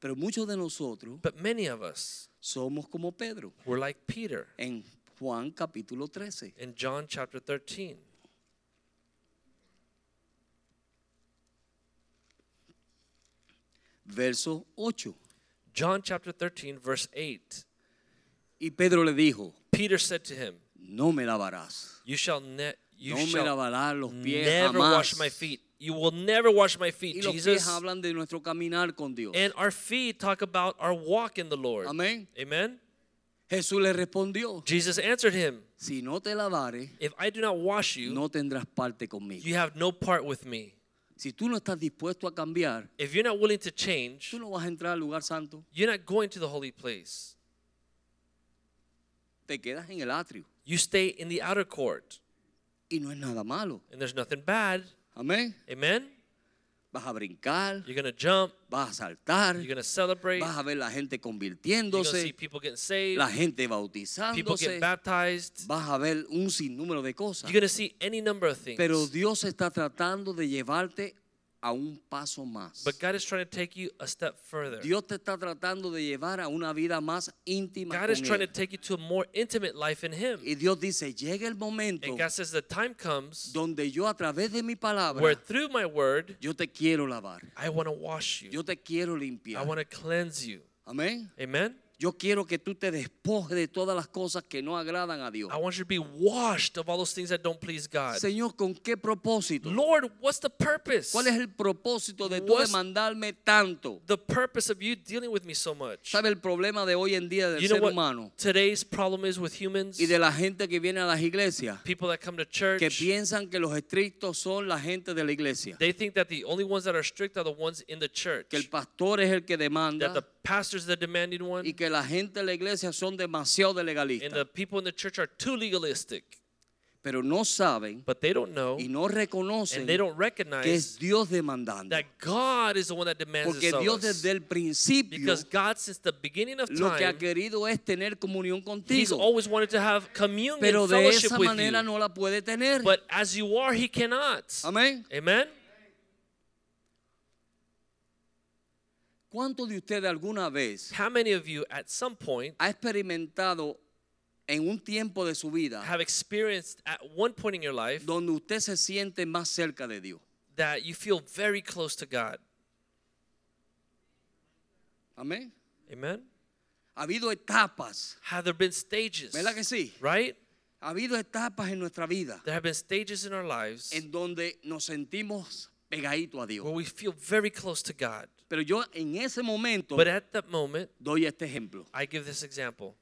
Speaker 3: Pero muchos de nosotros
Speaker 4: But many of us
Speaker 3: somos como Pedro
Speaker 4: were like Peter
Speaker 3: en Juan capítulo 13.
Speaker 4: in John chapter 13.
Speaker 3: verso 8.
Speaker 4: John chapter 13, verse 8.
Speaker 3: Y Pedro le dijo,
Speaker 4: Peter said to him,
Speaker 3: no me lavarás.
Speaker 4: You shall, ne- you
Speaker 3: No me
Speaker 4: shall
Speaker 3: lavarás los pies
Speaker 4: never wash
Speaker 3: jamás."
Speaker 4: my feet. You will never wash my
Speaker 3: Y
Speaker 4: feet,
Speaker 3: los pies
Speaker 4: Jesus.
Speaker 3: hablan de nuestro caminar con Dios.
Speaker 4: And our feet talk about our walk in the Lord.
Speaker 3: Amén.
Speaker 4: Amen.
Speaker 3: Jesús le respondió,
Speaker 4: Jesus answered him,
Speaker 3: si no te lavares,
Speaker 4: If I do not wash you,
Speaker 3: no tendrás parte conmigo.
Speaker 4: you have no part with me.
Speaker 3: Si tú no estás dispuesto a cambiar,
Speaker 4: If you're not willing to change,
Speaker 3: tú no vas a entrar al lugar santo.
Speaker 4: you're not going to the holy place.
Speaker 3: Te quedas en el atrio.
Speaker 4: You stay in the outer court,
Speaker 3: Y no es nada malo.
Speaker 4: and there's nothing bad.
Speaker 3: Amén.
Speaker 4: Amen.
Speaker 3: Vas a brincar,
Speaker 4: You're going to jump,
Speaker 3: vas a saltar,
Speaker 4: you're going to celebrate,
Speaker 3: vas a ver la gente
Speaker 4: you're going to see
Speaker 3: convirtiéndose,
Speaker 4: people getting saved,
Speaker 3: la gente
Speaker 4: people
Speaker 3: bautizándose,
Speaker 4: get baptized.
Speaker 3: vas a ver un sinnúmero de cosas.
Speaker 4: You're going to see any number of things.
Speaker 3: Pero Dios está tratando de llevarte a un paso más.
Speaker 4: But God is trying to take you a step further.
Speaker 3: Dios te está tratando de llevar a una vida más íntima.
Speaker 4: God
Speaker 3: con
Speaker 4: is trying to
Speaker 3: Él.
Speaker 4: take you to a more intimate life in Him.
Speaker 3: Y Dios dice, llega el momento
Speaker 4: And God says the time comes
Speaker 3: donde yo a través de mi
Speaker 4: where
Speaker 3: palabra,
Speaker 4: through my word,
Speaker 3: yo te quiero lavar,
Speaker 4: I want to wash you.
Speaker 3: yo te quiero
Speaker 4: I
Speaker 3: limpiar.
Speaker 4: want to cleanse you.
Speaker 3: Amén.
Speaker 4: Amen.
Speaker 3: Yo quiero que tú te despojes de todas las cosas que no agradan a Dios.
Speaker 4: I want you to be washed of all those things that don't please God.
Speaker 3: Señor, ¿con qué propósito?
Speaker 4: Lord, what's the purpose?
Speaker 3: ¿Cuál es el propósito de tú
Speaker 4: What's-
Speaker 3: demandarme tanto?
Speaker 4: the purpose of you dealing with me so much?
Speaker 3: ¿Sabe el problema de hoy en día del
Speaker 4: You know
Speaker 3: ser
Speaker 4: what
Speaker 3: humano
Speaker 4: today's problem is with humans?
Speaker 3: y de la gente que viene a las iglesias?
Speaker 4: People that come to church,
Speaker 3: que piensan que los estrictos son la gente de la iglesia,
Speaker 4: they think that the only ones that are strict are the ones in the church.
Speaker 3: que el pastor es el que
Speaker 4: that the
Speaker 3: demanda
Speaker 4: pastor's the demanding one,
Speaker 3: y que la gente de la iglesia son demasiado de
Speaker 4: and the
Speaker 3: legalistas,
Speaker 4: people in the church are too legalistic.
Speaker 3: pero no saben
Speaker 4: But they don't know,
Speaker 3: y no reconocen
Speaker 4: and they don't
Speaker 3: que es
Speaker 4: recognize
Speaker 3: Dios demandando,
Speaker 4: that God is the one that demands
Speaker 3: porque
Speaker 4: this of
Speaker 3: Dios
Speaker 4: us.
Speaker 3: desde el principio
Speaker 4: Because God, since the beginning of
Speaker 3: lo que ha
Speaker 4: time,
Speaker 3: querido es tener comunión
Speaker 4: He's
Speaker 3: contigo,
Speaker 4: always wanted to have communion,
Speaker 3: pero de
Speaker 4: fellowship
Speaker 3: esa
Speaker 4: with you.
Speaker 3: manera no la puede tener.
Speaker 4: But as you are, He cannot.
Speaker 3: Amén.
Speaker 4: Amen?
Speaker 3: ¿Cuántos de ustedes alguna vez
Speaker 4: How many of you, at some point,
Speaker 3: ha experimentado en un tiempo de su vida
Speaker 4: have experienced at one point in your life
Speaker 3: donde usted se siente más cerca de Dios?
Speaker 4: that you feel very close to God?
Speaker 3: Amén.
Speaker 4: Amen?
Speaker 3: Ha habido etapas,
Speaker 4: Have there been stages?
Speaker 3: ¿verdad que sí?
Speaker 4: Right?
Speaker 3: Ha habido etapas en nuestra vida
Speaker 4: There have been stages in our lives
Speaker 3: en donde nos sentimos pegaditos a Dios.
Speaker 4: where we feel very close to God.
Speaker 3: Pero yo en ese momento
Speaker 4: But at that moment,
Speaker 3: doy este ejemplo.
Speaker 4: I give this example.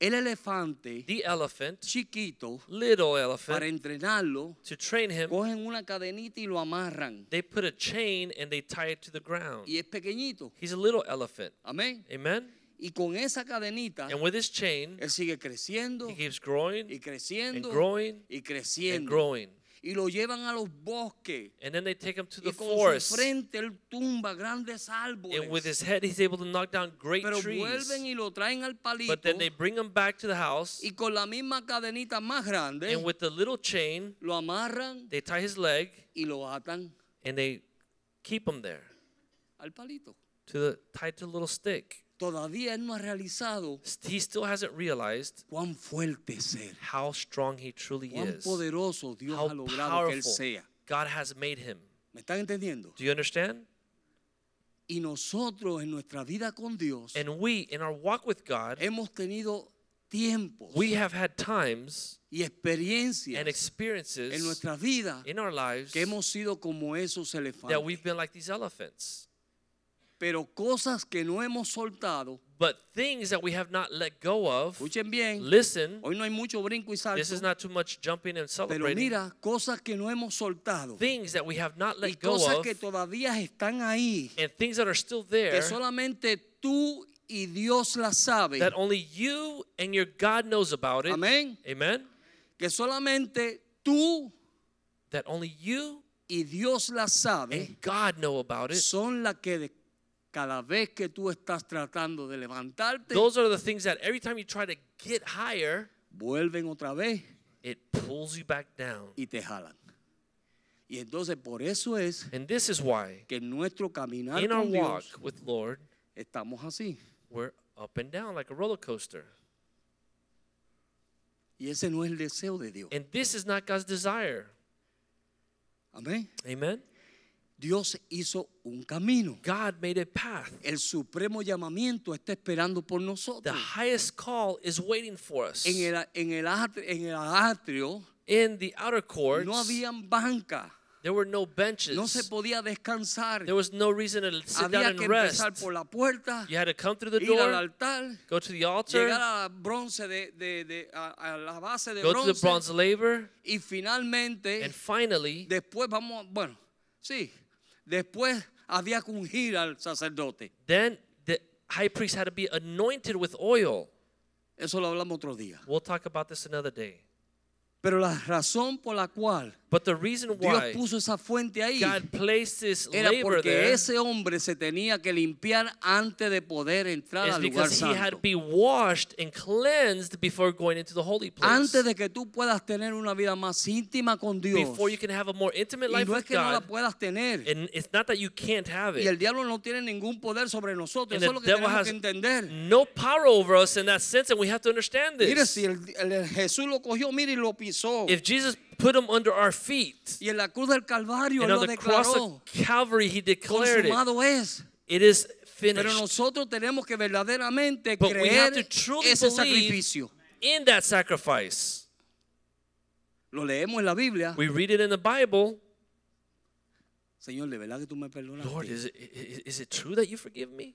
Speaker 3: El elefante
Speaker 4: The elephant,
Speaker 3: chiquito,
Speaker 4: little
Speaker 3: para
Speaker 4: elephant,
Speaker 3: entrenarlo,
Speaker 4: to train him,
Speaker 3: cogen una cadenita y lo amarran.
Speaker 4: they put a chain and they tie it to the ground.
Speaker 3: Y es pequeñito.
Speaker 4: He's a little elephant.
Speaker 3: Amén.
Speaker 4: Amen?
Speaker 3: Y con esa cadenita,
Speaker 4: And with his chain,
Speaker 3: él sigue creciendo
Speaker 4: he keeps growing
Speaker 3: y creciendo
Speaker 4: and growing
Speaker 3: y
Speaker 4: and
Speaker 3: creciendo.
Speaker 4: growing.
Speaker 3: Y lo llevan a los bosques.
Speaker 4: And then they take him to
Speaker 3: Y
Speaker 4: the
Speaker 3: con su
Speaker 4: forest.
Speaker 3: frente él tumba grandes
Speaker 4: And with
Speaker 3: árboles.
Speaker 4: his head, he's able to knock down great
Speaker 3: pero
Speaker 4: trees.
Speaker 3: vuelven y lo traen al palito
Speaker 4: But then they bring him back to the house.
Speaker 3: y con la misma cadenita más grande
Speaker 4: And with the little chain,
Speaker 3: lo amarran
Speaker 4: they tie his leg
Speaker 3: y lo atan
Speaker 4: and they keep him there
Speaker 3: al palito.
Speaker 4: to the tied to a little stick.
Speaker 3: Todavía él no ha realizado
Speaker 4: St- He still hasn't realized
Speaker 3: cuán fuerte es él,
Speaker 4: how strong he truly
Speaker 3: cuán
Speaker 4: is.
Speaker 3: poderoso Dios
Speaker 4: How
Speaker 3: ha logrado que él
Speaker 4: powerful
Speaker 3: sea.
Speaker 4: God has made him.
Speaker 3: ¿Me están entendiendo?
Speaker 4: Do you understand?
Speaker 3: Y nosotros en nuestra vida con Dios
Speaker 4: And we, in our walk with God,
Speaker 3: hemos tenido tiempos
Speaker 4: we have had times
Speaker 3: y experiencias en
Speaker 4: and experiences
Speaker 3: nuestra vida
Speaker 4: in our lives
Speaker 3: que hemos sido como esos elefantes.
Speaker 4: that we've been like these elephants.
Speaker 3: Pero cosas que no hemos soltado,
Speaker 4: But things that we have not let go of,
Speaker 3: escuchen bien,
Speaker 4: listen,
Speaker 3: Hoy no hay mucho brinco y salto.
Speaker 4: this is not too much jumping and
Speaker 3: Pero
Speaker 4: celebrating.
Speaker 3: mira, cosas que no hemos soltado
Speaker 4: Things that we have not
Speaker 3: y
Speaker 4: let go
Speaker 3: cosas
Speaker 4: of,
Speaker 3: que todavía están ahí,
Speaker 4: and things that are still there
Speaker 3: que solamente tú y Dios las saben,
Speaker 4: that only you and your God knows about it.
Speaker 3: Amén.
Speaker 4: Amen.
Speaker 3: que solamente tú
Speaker 4: That only you
Speaker 3: y Dios las sabe,
Speaker 4: and God know about it.
Speaker 3: son las que de- cada vez que tú estás tratando de levantarte,
Speaker 4: Those are the things that every time you try to get higher,
Speaker 3: vuelven otra vez
Speaker 4: it pulls you back down
Speaker 3: y te jalan. Y entonces por eso es
Speaker 4: And this is why,
Speaker 3: que en nuestro caminar
Speaker 4: in our
Speaker 3: con
Speaker 4: walk
Speaker 3: Dios
Speaker 4: with Lord,
Speaker 3: estamos así.
Speaker 4: we're up and down like a roller coaster.
Speaker 3: Y ese no es el deseo de Dios.
Speaker 4: And this is not God's desire.
Speaker 3: Amén.
Speaker 4: Amen.
Speaker 3: Dios hizo un camino.
Speaker 4: God made a path.
Speaker 3: El supremo llamamiento está esperando por
Speaker 4: The
Speaker 3: nosotros.
Speaker 4: highest call is waiting for us.
Speaker 3: En el, en el, atri- en el atrio
Speaker 4: In the outer courts,
Speaker 3: no habían banca.
Speaker 4: there were no benches.
Speaker 3: No se podía descansar.
Speaker 4: There was no reason to sit down
Speaker 3: Había
Speaker 4: and
Speaker 3: que
Speaker 4: rest.
Speaker 3: empezar por la puerta,
Speaker 4: You had to come through the
Speaker 3: ir al
Speaker 4: door,
Speaker 3: altar,
Speaker 4: go to the
Speaker 3: llegar
Speaker 4: altar,
Speaker 3: a bronce de, de- de- a, a la base de
Speaker 4: go to the bronze
Speaker 3: bronce Eh.
Speaker 4: laver,
Speaker 3: y finalmente
Speaker 4: and finally,
Speaker 3: después vamos, a- bueno, sí, después había que ungir al sacerdote.
Speaker 4: then the high priest had to be anointed with oil.
Speaker 3: Eso lo hablamos otro día.
Speaker 4: We'll talk about this another day.
Speaker 3: Pero la razón por la cual
Speaker 4: But the reason
Speaker 3: Dios
Speaker 4: why
Speaker 3: puso esa fuente ahí
Speaker 4: God placed this
Speaker 3: era
Speaker 4: labor
Speaker 3: porque
Speaker 4: there
Speaker 3: ese hombre se tenía que limpiar antes de poder entrar
Speaker 4: is
Speaker 3: al lugar
Speaker 4: because he had
Speaker 3: santo.
Speaker 4: to be washed and cleansed before going into the holy place.
Speaker 3: Antes de que tú puedas tener una vida más íntima con Dios.
Speaker 4: Before you can have a more intimate
Speaker 3: Y
Speaker 4: life
Speaker 3: no es
Speaker 4: with
Speaker 3: que no la
Speaker 4: God,
Speaker 3: puedas tener.
Speaker 4: and it's not that you can't have
Speaker 3: Y el
Speaker 4: it.
Speaker 3: diablo no tiene ningún poder sobre nosotros.
Speaker 4: And
Speaker 3: Eso es lo
Speaker 4: the
Speaker 3: que
Speaker 4: devil
Speaker 3: tenemos
Speaker 4: has
Speaker 3: que entender.
Speaker 4: no power over us in that sense, and we have to understand
Speaker 3: Mire,
Speaker 4: this.
Speaker 3: si el, el- Jesús lo cogió, mire, y lo pisó.
Speaker 4: If Jesus put him under our feet,
Speaker 3: Y en la cruz del Calvario él
Speaker 4: and
Speaker 3: lo
Speaker 4: on the cross
Speaker 3: declaró.
Speaker 4: of Calvary, he declared it.
Speaker 3: Consumado es.
Speaker 4: It is
Speaker 3: Pero
Speaker 4: finished
Speaker 3: nosotros tenemos que verdaderamente
Speaker 4: But we
Speaker 3: creer
Speaker 4: have to truly
Speaker 3: ese
Speaker 4: believe-
Speaker 3: sacrificio.
Speaker 4: in that sacrifice.
Speaker 3: Lo leemos en la Biblia.
Speaker 4: We read it in the Bible.
Speaker 3: Señor, de verdad que tú me perdonas.
Speaker 4: Lord, is it, is, is it true that you forgive me?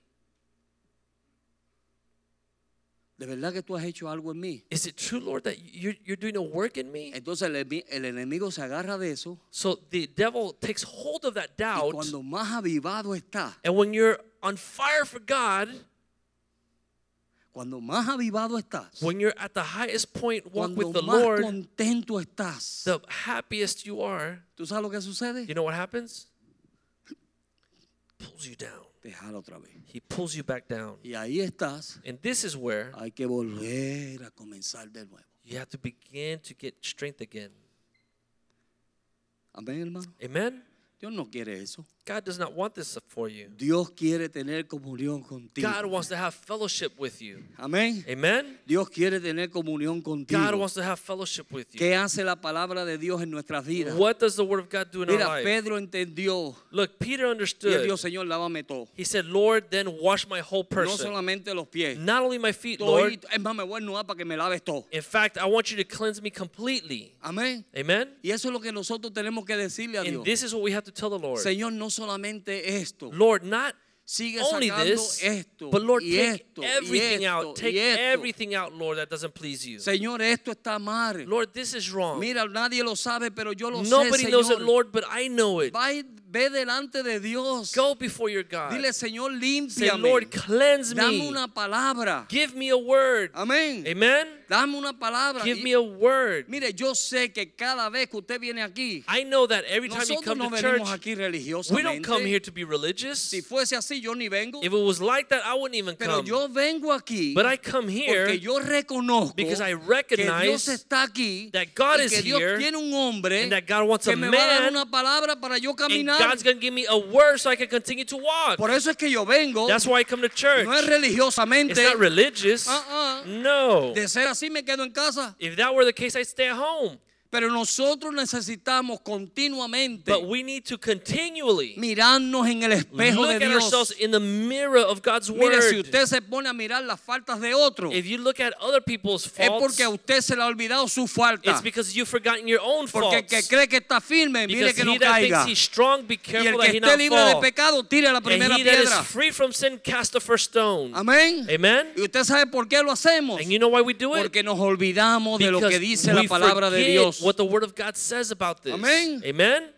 Speaker 3: De verdad que tú has hecho algo en mí.
Speaker 4: Is it true, Lord, that you're, you're doing a work in me?
Speaker 3: Entonces el, enemi- el enemigo se agarra de eso.
Speaker 4: So the devil takes hold of that
Speaker 3: Y
Speaker 4: doubt,
Speaker 3: cuando más avivado está,
Speaker 4: and when you're on fire for God,
Speaker 3: cuando más avivado estás,
Speaker 4: when you're at the highest point walk
Speaker 3: cuando
Speaker 4: with the
Speaker 3: más
Speaker 4: Lord,
Speaker 3: contento estás,
Speaker 4: the happiest you are,
Speaker 3: ¿tú sabes lo que sucede?
Speaker 4: you know what happens? Pulls you down.
Speaker 3: Te jala otra vez.
Speaker 4: He pulls you back down.
Speaker 3: Y ahí estás.
Speaker 4: And this is where
Speaker 3: Hay que volver a comenzar de nuevo.
Speaker 4: you have to begin to get strength again.
Speaker 3: Amén, hermano.
Speaker 4: Amen?
Speaker 3: Dios no quiere eso.
Speaker 4: God does not want this for you.
Speaker 3: Dios quiere tener comunión contigo.
Speaker 4: God wants to have fellowship with you.
Speaker 3: Amén.
Speaker 4: Amen?
Speaker 3: Dios quiere tener comunión
Speaker 4: God
Speaker 3: contigo.
Speaker 4: wants to have fellowship with you.
Speaker 3: ¿Qué hace la palabra de Dios en nuestras vidas?
Speaker 4: What does the word of God do in our
Speaker 3: Mira,
Speaker 4: life?
Speaker 3: Pedro entendió.
Speaker 4: Look, Peter
Speaker 3: Y él
Speaker 4: understood.
Speaker 3: dijo, Señor, lávame todo.
Speaker 4: He said, Lord, then wash my whole
Speaker 3: No
Speaker 4: person.
Speaker 3: solamente los pies.
Speaker 4: Not only my feet,
Speaker 3: Todo ahí-
Speaker 4: Lord.
Speaker 3: es más, me voy a desnudar para que me laves todo.
Speaker 4: In fact, I want you to cleanse me completely.
Speaker 3: Amén.
Speaker 4: Amen?
Speaker 3: Y eso es lo que nosotros tenemos que decirle a
Speaker 4: And
Speaker 3: Dios.
Speaker 4: this is what we have to tell the Lord.
Speaker 3: Señor, no solamente esto.
Speaker 4: Lord, not
Speaker 3: Sigue
Speaker 4: only
Speaker 3: sacando
Speaker 4: this,
Speaker 3: esto
Speaker 4: but Lord,
Speaker 3: y
Speaker 4: take
Speaker 3: esto y
Speaker 4: everything
Speaker 3: esto
Speaker 4: out. Take
Speaker 3: y esto.
Speaker 4: everything out, Lord, that doesn't please you.
Speaker 3: Señor, esto está mal.
Speaker 4: Lord, this is wrong.
Speaker 3: Mira, nadie lo sabe, pero yo lo sé,
Speaker 4: Nobody
Speaker 3: Señor.
Speaker 4: knows it, Lord, but I know it.
Speaker 3: Va y- ve delante de Dios.
Speaker 4: Go before your God.
Speaker 3: Dile, Señor,
Speaker 4: Say,
Speaker 3: límpiame.
Speaker 4: Lord, cleanse
Speaker 3: Dame
Speaker 4: me.
Speaker 3: una palabra.
Speaker 4: Give me a word.
Speaker 3: Amén.
Speaker 4: Amen.
Speaker 3: Dame una palabra.
Speaker 4: Give
Speaker 3: Y-
Speaker 4: me a word.
Speaker 3: Mire, yo sé que cada vez que usted viene aquí,
Speaker 4: I know that every time you
Speaker 3: nosotros
Speaker 4: come
Speaker 3: no
Speaker 4: to
Speaker 3: venimos
Speaker 4: church,
Speaker 3: aquí
Speaker 4: we don't come here
Speaker 3: religiosamente.
Speaker 4: to be religious.
Speaker 3: Si
Speaker 4: If
Speaker 3: fuese así, yo ni vengo.
Speaker 4: it was like that, I wouldn't even
Speaker 3: Pero
Speaker 4: come.
Speaker 3: yo vengo aquí
Speaker 4: But I come
Speaker 3: porque
Speaker 4: here
Speaker 3: yo reconozco
Speaker 4: because I
Speaker 3: que Dios
Speaker 4: recognize
Speaker 3: está aquí
Speaker 4: that God
Speaker 3: y
Speaker 4: is
Speaker 3: que Dios
Speaker 4: here
Speaker 3: tiene un hombre
Speaker 4: and that God wants
Speaker 3: que
Speaker 4: a
Speaker 3: me va a dar
Speaker 4: man,
Speaker 3: una palabra para yo
Speaker 4: and
Speaker 3: caminar.
Speaker 4: God's going to give me a word so I can continue to walk.
Speaker 3: Por eso es que yo vengo.
Speaker 4: That's why I come to church.
Speaker 3: No es
Speaker 4: It's
Speaker 3: religiosamente.
Speaker 4: not religious.
Speaker 3: Uh-uh.
Speaker 4: No.
Speaker 3: De ser así me quedo en casa.
Speaker 4: If that were the case, I'd stay at home.
Speaker 3: Pero nosotros necesitamos continuamente
Speaker 4: But we need to continually
Speaker 3: mirarnos en el espejo de
Speaker 4: look at ourselves
Speaker 3: Dios.
Speaker 4: in the mirror of God's
Speaker 3: Mire, si
Speaker 4: word.
Speaker 3: usted se pone a mirar las faltas de otro,
Speaker 4: If you look at other people's
Speaker 3: es porque
Speaker 4: faults,
Speaker 3: a usted se le ha olvidado su falta.
Speaker 4: it's because you've forgotten your own
Speaker 3: Porque el
Speaker 4: faults.
Speaker 3: que cree que está firme, mire
Speaker 4: Because
Speaker 3: que no
Speaker 4: he that thinks
Speaker 3: caiga.
Speaker 4: he's strong, be
Speaker 3: Y el
Speaker 4: careful
Speaker 3: que
Speaker 4: that
Speaker 3: esté
Speaker 4: he not
Speaker 3: libre de
Speaker 4: fall.
Speaker 3: pecado, tire la
Speaker 4: And
Speaker 3: primera
Speaker 4: he that is
Speaker 3: piedra.
Speaker 4: free from sin, cast the first stone.
Speaker 3: Amén.
Speaker 4: Amen.
Speaker 3: Y usted sabe por qué lo hacemos.
Speaker 4: And you know why we do it?
Speaker 3: Porque nos olvidamos de lo
Speaker 4: Because
Speaker 3: que dice la
Speaker 4: we
Speaker 3: palabra de
Speaker 4: forget
Speaker 3: Dios.
Speaker 4: what the word of God says about this.
Speaker 3: Amén.
Speaker 4: Amen.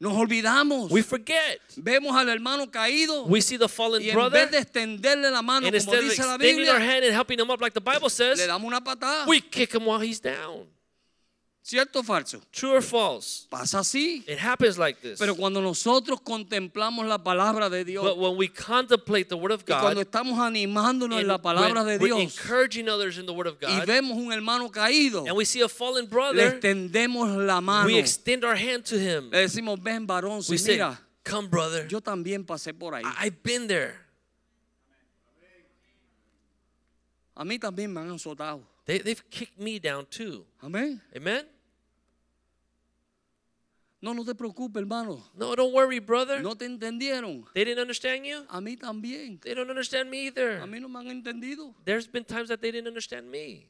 Speaker 3: Nos olvidamos.
Speaker 4: We forget.
Speaker 3: Vemos al hermano caído.
Speaker 4: We see the fallen
Speaker 3: Y en
Speaker 4: brother,
Speaker 3: vez de extenderle la mano, como
Speaker 4: and instead of
Speaker 3: dice la
Speaker 4: extending our
Speaker 3: Biblia,
Speaker 4: hand and helping him up, like the Bible says,
Speaker 3: le damos una patada.
Speaker 4: we kick him while he's down.
Speaker 3: ¿Cierto o falso?
Speaker 4: True or false?
Speaker 3: Pasa así.
Speaker 4: It happens like this.
Speaker 3: Pero cuando nosotros contemplamos la palabra de Dios
Speaker 4: But when we contemplate the Word of
Speaker 3: y cuando
Speaker 4: God,
Speaker 3: estamos animándonos en
Speaker 4: and
Speaker 3: la palabra de
Speaker 4: when we're
Speaker 3: Dios
Speaker 4: encouraging others in the Word of
Speaker 3: y
Speaker 4: God,
Speaker 3: vemos un hermano caído,
Speaker 4: and we see a fallen
Speaker 3: le
Speaker 4: brother,
Speaker 3: extendemos la mano.
Speaker 4: we
Speaker 3: Le
Speaker 4: extend our hand to him.
Speaker 3: decimos, ven varón, si
Speaker 4: We say,
Speaker 3: mira,
Speaker 4: Come, brother.
Speaker 3: yo también pasé por ahí.
Speaker 4: I- I've been there.
Speaker 3: A mí también me han azotado.
Speaker 4: They- they've kicked me down too.
Speaker 3: Amén.
Speaker 4: Amen?
Speaker 3: No, no te preocupes, hermano.
Speaker 4: No, don't worry, brother.
Speaker 3: No te entendieron.
Speaker 4: They didn't understand you.
Speaker 3: A mí también.
Speaker 4: They don't understand me
Speaker 3: A
Speaker 4: either.
Speaker 3: mí no me han entendido.
Speaker 4: There's been times that they didn't understand me.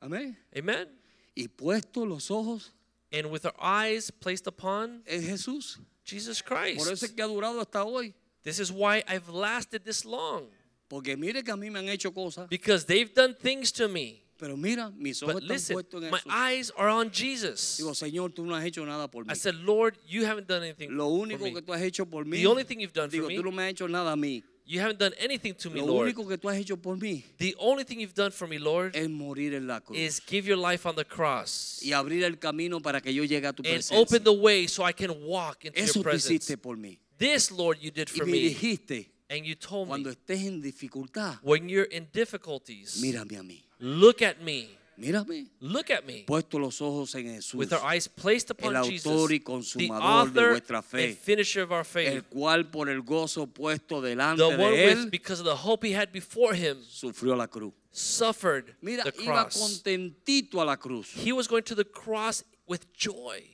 Speaker 3: Amén.
Speaker 4: Amen?
Speaker 3: Y puesto los ojos
Speaker 4: And with our eyes placed upon
Speaker 3: en Jesús.
Speaker 4: Jesus
Speaker 3: Por eso es
Speaker 4: Christ.
Speaker 3: que ha durado hasta hoy.
Speaker 4: This is why I've lasted this long.
Speaker 3: Porque mire que a mí me han hecho cosas.
Speaker 4: Because they've done things to me.
Speaker 3: Pero mira, mis ojos
Speaker 4: But
Speaker 3: están
Speaker 4: listen,
Speaker 3: puestos en
Speaker 4: my
Speaker 3: Jesús.
Speaker 4: eyes are on Jesus.
Speaker 3: Digo, Señor, tú no has hecho nada por mí.
Speaker 4: I said, Lord, you haven't done anything
Speaker 3: Lo
Speaker 4: for
Speaker 3: único
Speaker 4: me.
Speaker 3: que tú has hecho por mí.
Speaker 4: The only thing you've done for
Speaker 3: Digo,
Speaker 4: me-
Speaker 3: tú no me has hecho nada a mí.
Speaker 4: You haven't done anything to me,
Speaker 3: Lo
Speaker 4: Lord.
Speaker 3: único que tú has hecho por mí
Speaker 4: The only thing you've done for me, Lord,
Speaker 3: es morir en la cruz
Speaker 4: is give your life on the cross
Speaker 3: y abrir el camino para que yo llegue a tu
Speaker 4: and
Speaker 3: presencia.
Speaker 4: open the way so I can walk into
Speaker 3: Eso tú
Speaker 4: your presence.
Speaker 3: hiciste por mí.
Speaker 4: This, Lord, you did
Speaker 3: Y
Speaker 4: for
Speaker 3: me
Speaker 4: me.
Speaker 3: dijiste,
Speaker 4: And you told
Speaker 3: cuando
Speaker 4: me,
Speaker 3: estés en dificultad,
Speaker 4: when you're in difficulties,
Speaker 3: mírame a mí.
Speaker 4: look at me.
Speaker 3: Mírame.
Speaker 4: Look at me.
Speaker 3: Puesto los ojos en Jesús,
Speaker 4: With our eyes placed upon
Speaker 3: autor
Speaker 4: Jesus,
Speaker 3: y
Speaker 4: the
Speaker 3: consumador de
Speaker 4: author
Speaker 3: vuestra fe,
Speaker 4: and finisher of our
Speaker 3: el
Speaker 4: faith,
Speaker 3: cual por el gozo puesto delante
Speaker 4: the one
Speaker 3: de
Speaker 4: with,
Speaker 3: él,
Speaker 4: because of the hope he had before him,
Speaker 3: sufrió la cruz.
Speaker 4: suffered
Speaker 3: Mira,
Speaker 4: the
Speaker 3: iba
Speaker 4: cross.
Speaker 3: contentito a la cruz.
Speaker 4: He was going to the cross with joy.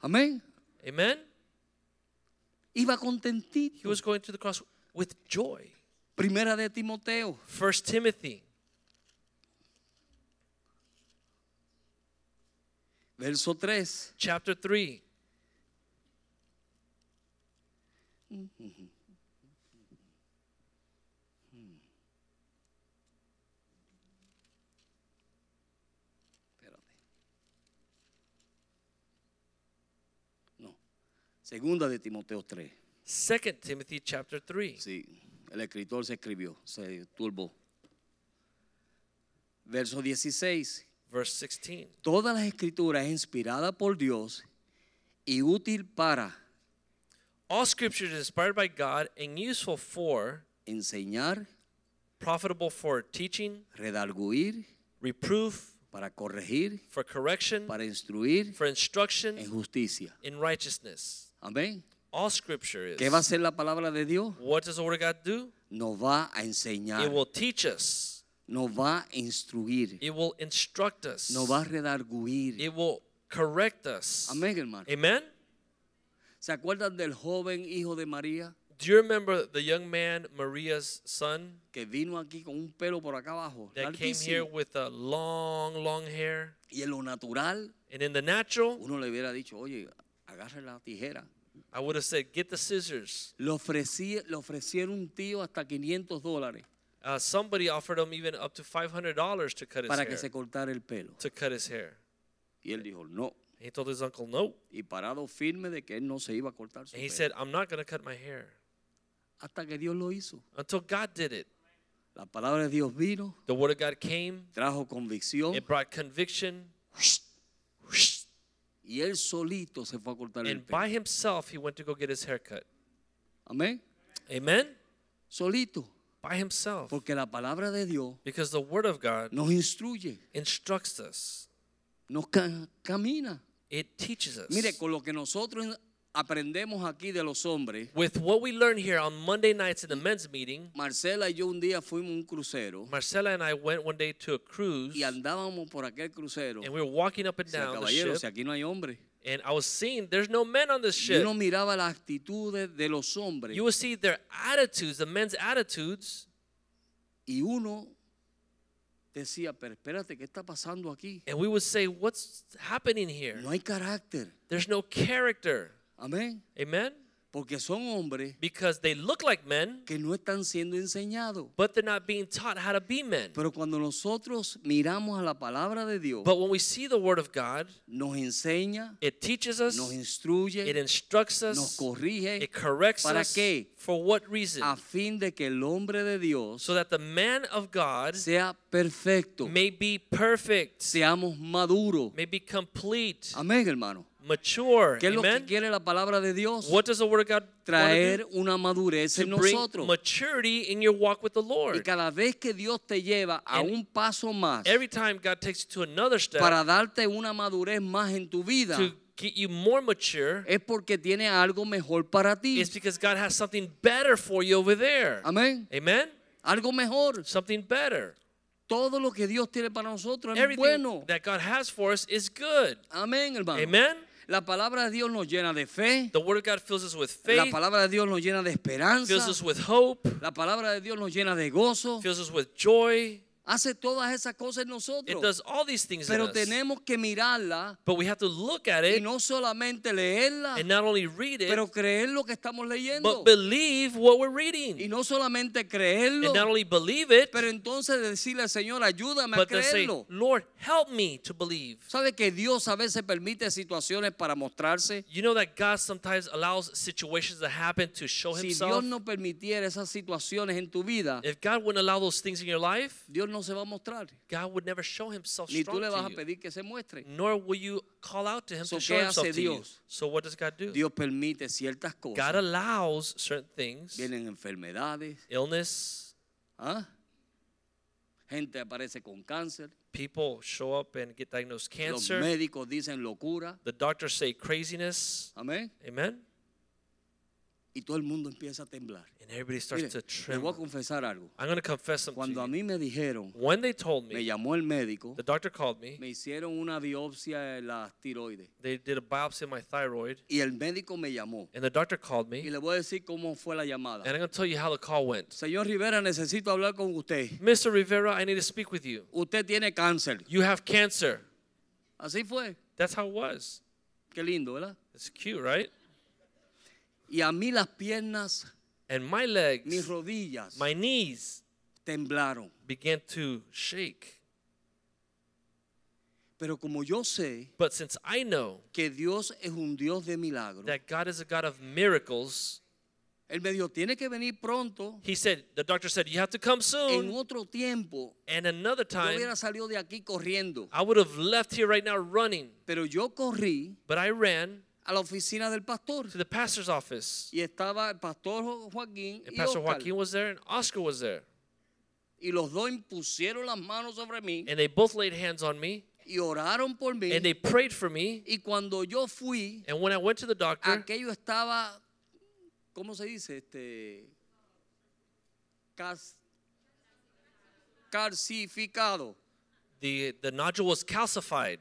Speaker 3: Amén.
Speaker 4: Amen?
Speaker 3: Iba
Speaker 4: He
Speaker 3: contentito.
Speaker 4: was going to the cross with joy.
Speaker 3: Primera de Timoteo,
Speaker 4: First Timothy
Speaker 3: verso 3.
Speaker 4: chapter 3.
Speaker 3: Espérate. No. Segunda de Timoteo 3.
Speaker 4: Second Timothy chapter 3.
Speaker 3: Sí, el escritor se escribió, se turbó. Verso 16.
Speaker 4: verse 16.
Speaker 3: Toda la escritura es inspirada por Dios y útil para
Speaker 4: All scripture is inspired by God and useful for,
Speaker 3: enseñar,
Speaker 4: profitable for teaching,
Speaker 3: redarguir,
Speaker 4: reproof,
Speaker 3: para corregir,
Speaker 4: for correction,
Speaker 3: para instruir
Speaker 4: for instruction
Speaker 3: en justicia.
Speaker 4: in righteousness.
Speaker 3: Amén.
Speaker 4: All scripture is.
Speaker 3: ¿Qué va a hacer la palabra de Dios?
Speaker 4: What does the word of God do?
Speaker 3: Nos va a enseñar,
Speaker 4: It will teach us.
Speaker 3: nos va a instruir,
Speaker 4: It will instruct us.
Speaker 3: nos va a redarguir.
Speaker 4: It will correct us.
Speaker 3: Amén, hermano.
Speaker 4: Amen.
Speaker 3: ¿Se acuerdan del joven hijo de María
Speaker 4: Do you remember the young man Maria's son
Speaker 3: que vino aquí con un pelo por acá abajo?
Speaker 4: that came
Speaker 3: larguísimo?
Speaker 4: here with a long, long hair?
Speaker 3: Y en lo natural,
Speaker 4: And in the natural,
Speaker 3: uno le hubiera dicho, oye, agarre la tijera.
Speaker 4: I would have said, get the scissors.
Speaker 3: Le, ofrecí, le ofrecieron un tío hasta 500 dólares
Speaker 4: Uh, somebody offered him even up to five hundred dollars to cut his
Speaker 3: para
Speaker 4: hair.
Speaker 3: que se cortara el pelo.
Speaker 4: To cut his hair,
Speaker 3: Y él dijo, no.
Speaker 4: he told his uncle no,
Speaker 3: Y parado firme de que él no se iba a cortar su
Speaker 4: and he
Speaker 3: pelo.
Speaker 4: said, "I'm not going to cut my hair
Speaker 3: hasta que Dios lo hizo.
Speaker 4: until God did it."
Speaker 3: La palabra de Dios vino,
Speaker 4: The word of God came;
Speaker 3: trajo convicción
Speaker 4: it brought conviction,
Speaker 3: y él solito se fue a cortar el
Speaker 4: and
Speaker 3: pelo.
Speaker 4: by himself he went to go get his hair cut.
Speaker 3: Amén.
Speaker 4: Amen.
Speaker 3: Solito.
Speaker 4: By himself,
Speaker 3: Porque la palabra de Dios
Speaker 4: because the word of God
Speaker 3: nos instruye,
Speaker 4: instructs us;
Speaker 3: nos ca- camina.
Speaker 4: it teaches us.
Speaker 3: Mire, con lo que nosotros aprendemos aquí de los hombres,
Speaker 4: With what we learn here on Monday nights in the men's meeting,
Speaker 3: Marcela y yo un día fuimos a un crucero
Speaker 4: Marcela and I went one day to a cruise,
Speaker 3: y andábamos por aquel crucero.
Speaker 4: and we were walking up and
Speaker 3: Decía,
Speaker 4: down the
Speaker 3: caballero,
Speaker 4: ship.
Speaker 3: si aquí no hay hombres.
Speaker 4: And I was seeing there's no men on this
Speaker 3: Y uno
Speaker 4: ship.
Speaker 3: miraba las actitudes de los hombres
Speaker 4: You will see their attitudes, the men's attitudes,
Speaker 3: y uno decía, pero espérate, ¿qué está pasando aquí?
Speaker 4: and we would say, What's happening here?
Speaker 3: No hay carácter.
Speaker 4: There's no character.
Speaker 3: Amén.
Speaker 4: Amen?
Speaker 3: porque son hombres
Speaker 4: because they look like men,
Speaker 3: que no están siendo enseñados.
Speaker 4: but they're not being taught how to be men.
Speaker 3: Pero cuando nosotros miramos a la palabra de Dios,
Speaker 4: But when we see the Word of God,
Speaker 3: nos enseña,
Speaker 4: it teaches us,
Speaker 3: nos
Speaker 4: it
Speaker 3: instruye,
Speaker 4: instructs
Speaker 3: nos
Speaker 4: us,
Speaker 3: corrige,
Speaker 4: it corrects
Speaker 3: ¿Para
Speaker 4: us.
Speaker 3: qué?
Speaker 4: For what reason?
Speaker 3: a fin de que el hombre de Dios
Speaker 4: So that the man of God
Speaker 3: sea perfecto,
Speaker 4: may be perfect,
Speaker 3: seamos maduros.
Speaker 4: may be complete,
Speaker 3: Amén, hermano.
Speaker 4: mature.
Speaker 3: ¿Qué es lo que
Speaker 4: Amen.
Speaker 3: quiere la palabra de Dios?
Speaker 4: What does the Word of God wanna do?
Speaker 3: Traer una madurez
Speaker 4: to
Speaker 3: en
Speaker 4: bring
Speaker 3: nosotros.
Speaker 4: maturity in your walk with the
Speaker 3: Y
Speaker 4: Lord.
Speaker 3: cada vez que Dios te lleva a
Speaker 4: And
Speaker 3: un paso más
Speaker 4: Every time God takes you to another step
Speaker 3: para darte una madurez más en tu vida,
Speaker 4: to get you more mature,
Speaker 3: es porque tiene algo mejor para ti.
Speaker 4: it's because God has something better for you over there.
Speaker 3: Amén.
Speaker 4: Amen?
Speaker 3: Algo mejor.
Speaker 4: Something better.
Speaker 3: Todo lo que Dios tiene para nosotros es
Speaker 4: Everything
Speaker 3: bueno. Ah.
Speaker 4: that God has for us is good.
Speaker 3: Amén, hermano.
Speaker 4: Amen?
Speaker 3: La palabra de Dios nos llena de fe.
Speaker 4: The Word of God fills us with
Speaker 3: La
Speaker 4: faith,
Speaker 3: palabra de Dios nos llena de
Speaker 4: fills
Speaker 3: esperanza.
Speaker 4: us with hope,
Speaker 3: La palabra de Dios nos llena de gozo.
Speaker 4: fills us with joy.
Speaker 3: Hace todas esas cosas en
Speaker 4: It
Speaker 3: nosotros.
Speaker 4: does all these things in
Speaker 3: Pero
Speaker 4: us.
Speaker 3: tenemos que mirarla
Speaker 4: But we have to look at
Speaker 3: y
Speaker 4: it
Speaker 3: no solamente leerla,
Speaker 4: and not only read it,
Speaker 3: pero creer lo que estamos leyendo.
Speaker 4: but believe what we're
Speaker 3: Y
Speaker 4: reading.
Speaker 3: no solamente
Speaker 4: And not
Speaker 3: creerlo,
Speaker 4: only believe it,
Speaker 3: pero entonces decirle, Señor, ayúdame a
Speaker 4: But they say,
Speaker 3: creerlo.
Speaker 4: Lord, help me to believe.
Speaker 3: ¿Sabe que Dios a veces permite situaciones para mostrarse?
Speaker 4: You know that God sometimes allows situations to happen to show
Speaker 3: Si Dios
Speaker 4: Oh, Himself.
Speaker 3: no permitiera esas situaciones en tu vida,
Speaker 4: If God wouldn't allow those things in your life,
Speaker 3: Dios no se va a mostrar.
Speaker 4: God would never show Himself
Speaker 3: Ni tú
Speaker 4: Oh, strong
Speaker 3: le vas a
Speaker 4: to you. Mm.
Speaker 3: pedir que se muestre.
Speaker 4: Nor will you call out to Him
Speaker 3: So,
Speaker 4: to show
Speaker 3: ¿qué
Speaker 4: Himself
Speaker 3: hace
Speaker 4: to you.
Speaker 3: Dios?
Speaker 4: So what does God do?
Speaker 3: Dios permite ciertas
Speaker 4: God
Speaker 3: cosas.
Speaker 4: allows certain things,
Speaker 3: Vienen enfermedades,
Speaker 4: illness,
Speaker 3: ¿ah? gente aparece con cáncer,
Speaker 4: people show up and get
Speaker 3: los
Speaker 4: diagnosed cancer.
Speaker 3: médicos dicen locura,
Speaker 4: The doctors say craziness.
Speaker 3: amén,
Speaker 4: Amen.
Speaker 3: y todo el mundo empieza a temblar.
Speaker 4: And everybody starts
Speaker 3: Mire,
Speaker 4: to
Speaker 3: le voy a
Speaker 4: tremble.
Speaker 3: confesar algo.
Speaker 4: I'm going to confess something.
Speaker 3: Cuando a
Speaker 4: to
Speaker 3: mí
Speaker 4: you.
Speaker 3: me dijeron,
Speaker 4: When they told
Speaker 3: me
Speaker 4: me,
Speaker 3: llamó el médico,
Speaker 4: the doctor called me.
Speaker 3: me hicieron una biopsia en las tiroides
Speaker 4: they did a biopsy of my thyroid,
Speaker 3: y el médico me llamó
Speaker 4: and the doctor called
Speaker 3: y
Speaker 4: me,
Speaker 3: le voy a decir cómo fue la
Speaker 4: and I'm
Speaker 3: llamada.
Speaker 4: going to tell you how the call went.
Speaker 3: Señor Rivera, necesito hablar con usted.
Speaker 4: Mr. Rivera, I need to speak with you.
Speaker 3: Usted tiene cáncer.
Speaker 4: You have cancer.
Speaker 3: Así fue.
Speaker 4: That's how it was.
Speaker 3: Qué lindo, ¿verdad?
Speaker 4: It's cute, right?
Speaker 3: Y a mí las piernas,
Speaker 4: And my
Speaker 3: mis
Speaker 4: legs,
Speaker 3: rodillas
Speaker 4: my knees
Speaker 3: temblaron.
Speaker 4: began to shake.
Speaker 3: Pero como yo sé
Speaker 4: But since I know
Speaker 3: que Dios es un Dios de milagros,
Speaker 4: that God is a God of miracles,
Speaker 3: Él me dijo, tiene que venir pronto.
Speaker 4: he said, the doctor said, you have to come
Speaker 3: En
Speaker 4: soon.
Speaker 3: otro tiempo,
Speaker 4: And another
Speaker 3: yo
Speaker 4: time,
Speaker 3: hubiera salido de aquí corriendo.
Speaker 4: I would have left here right now running,
Speaker 3: Pero yo corrí
Speaker 4: but I ran
Speaker 3: a la oficina del pastor.
Speaker 4: to the pastor's office.
Speaker 3: Y estaba el pastor Jo- Joaquín
Speaker 4: And
Speaker 3: y,
Speaker 4: Pastor
Speaker 3: Oscar.
Speaker 4: Joaquin was there, and Oscar was there.
Speaker 3: y los dos impusieron las manos sobre mí
Speaker 4: and they both laid hands on me
Speaker 3: y oraron por mí.
Speaker 4: and they prayed for me
Speaker 3: y cuando yo fui,
Speaker 4: and when i went to the doctor
Speaker 3: aquello estaba, ¿cómo se dice? Este, cas- calcificado.
Speaker 4: the, the nodule was calcified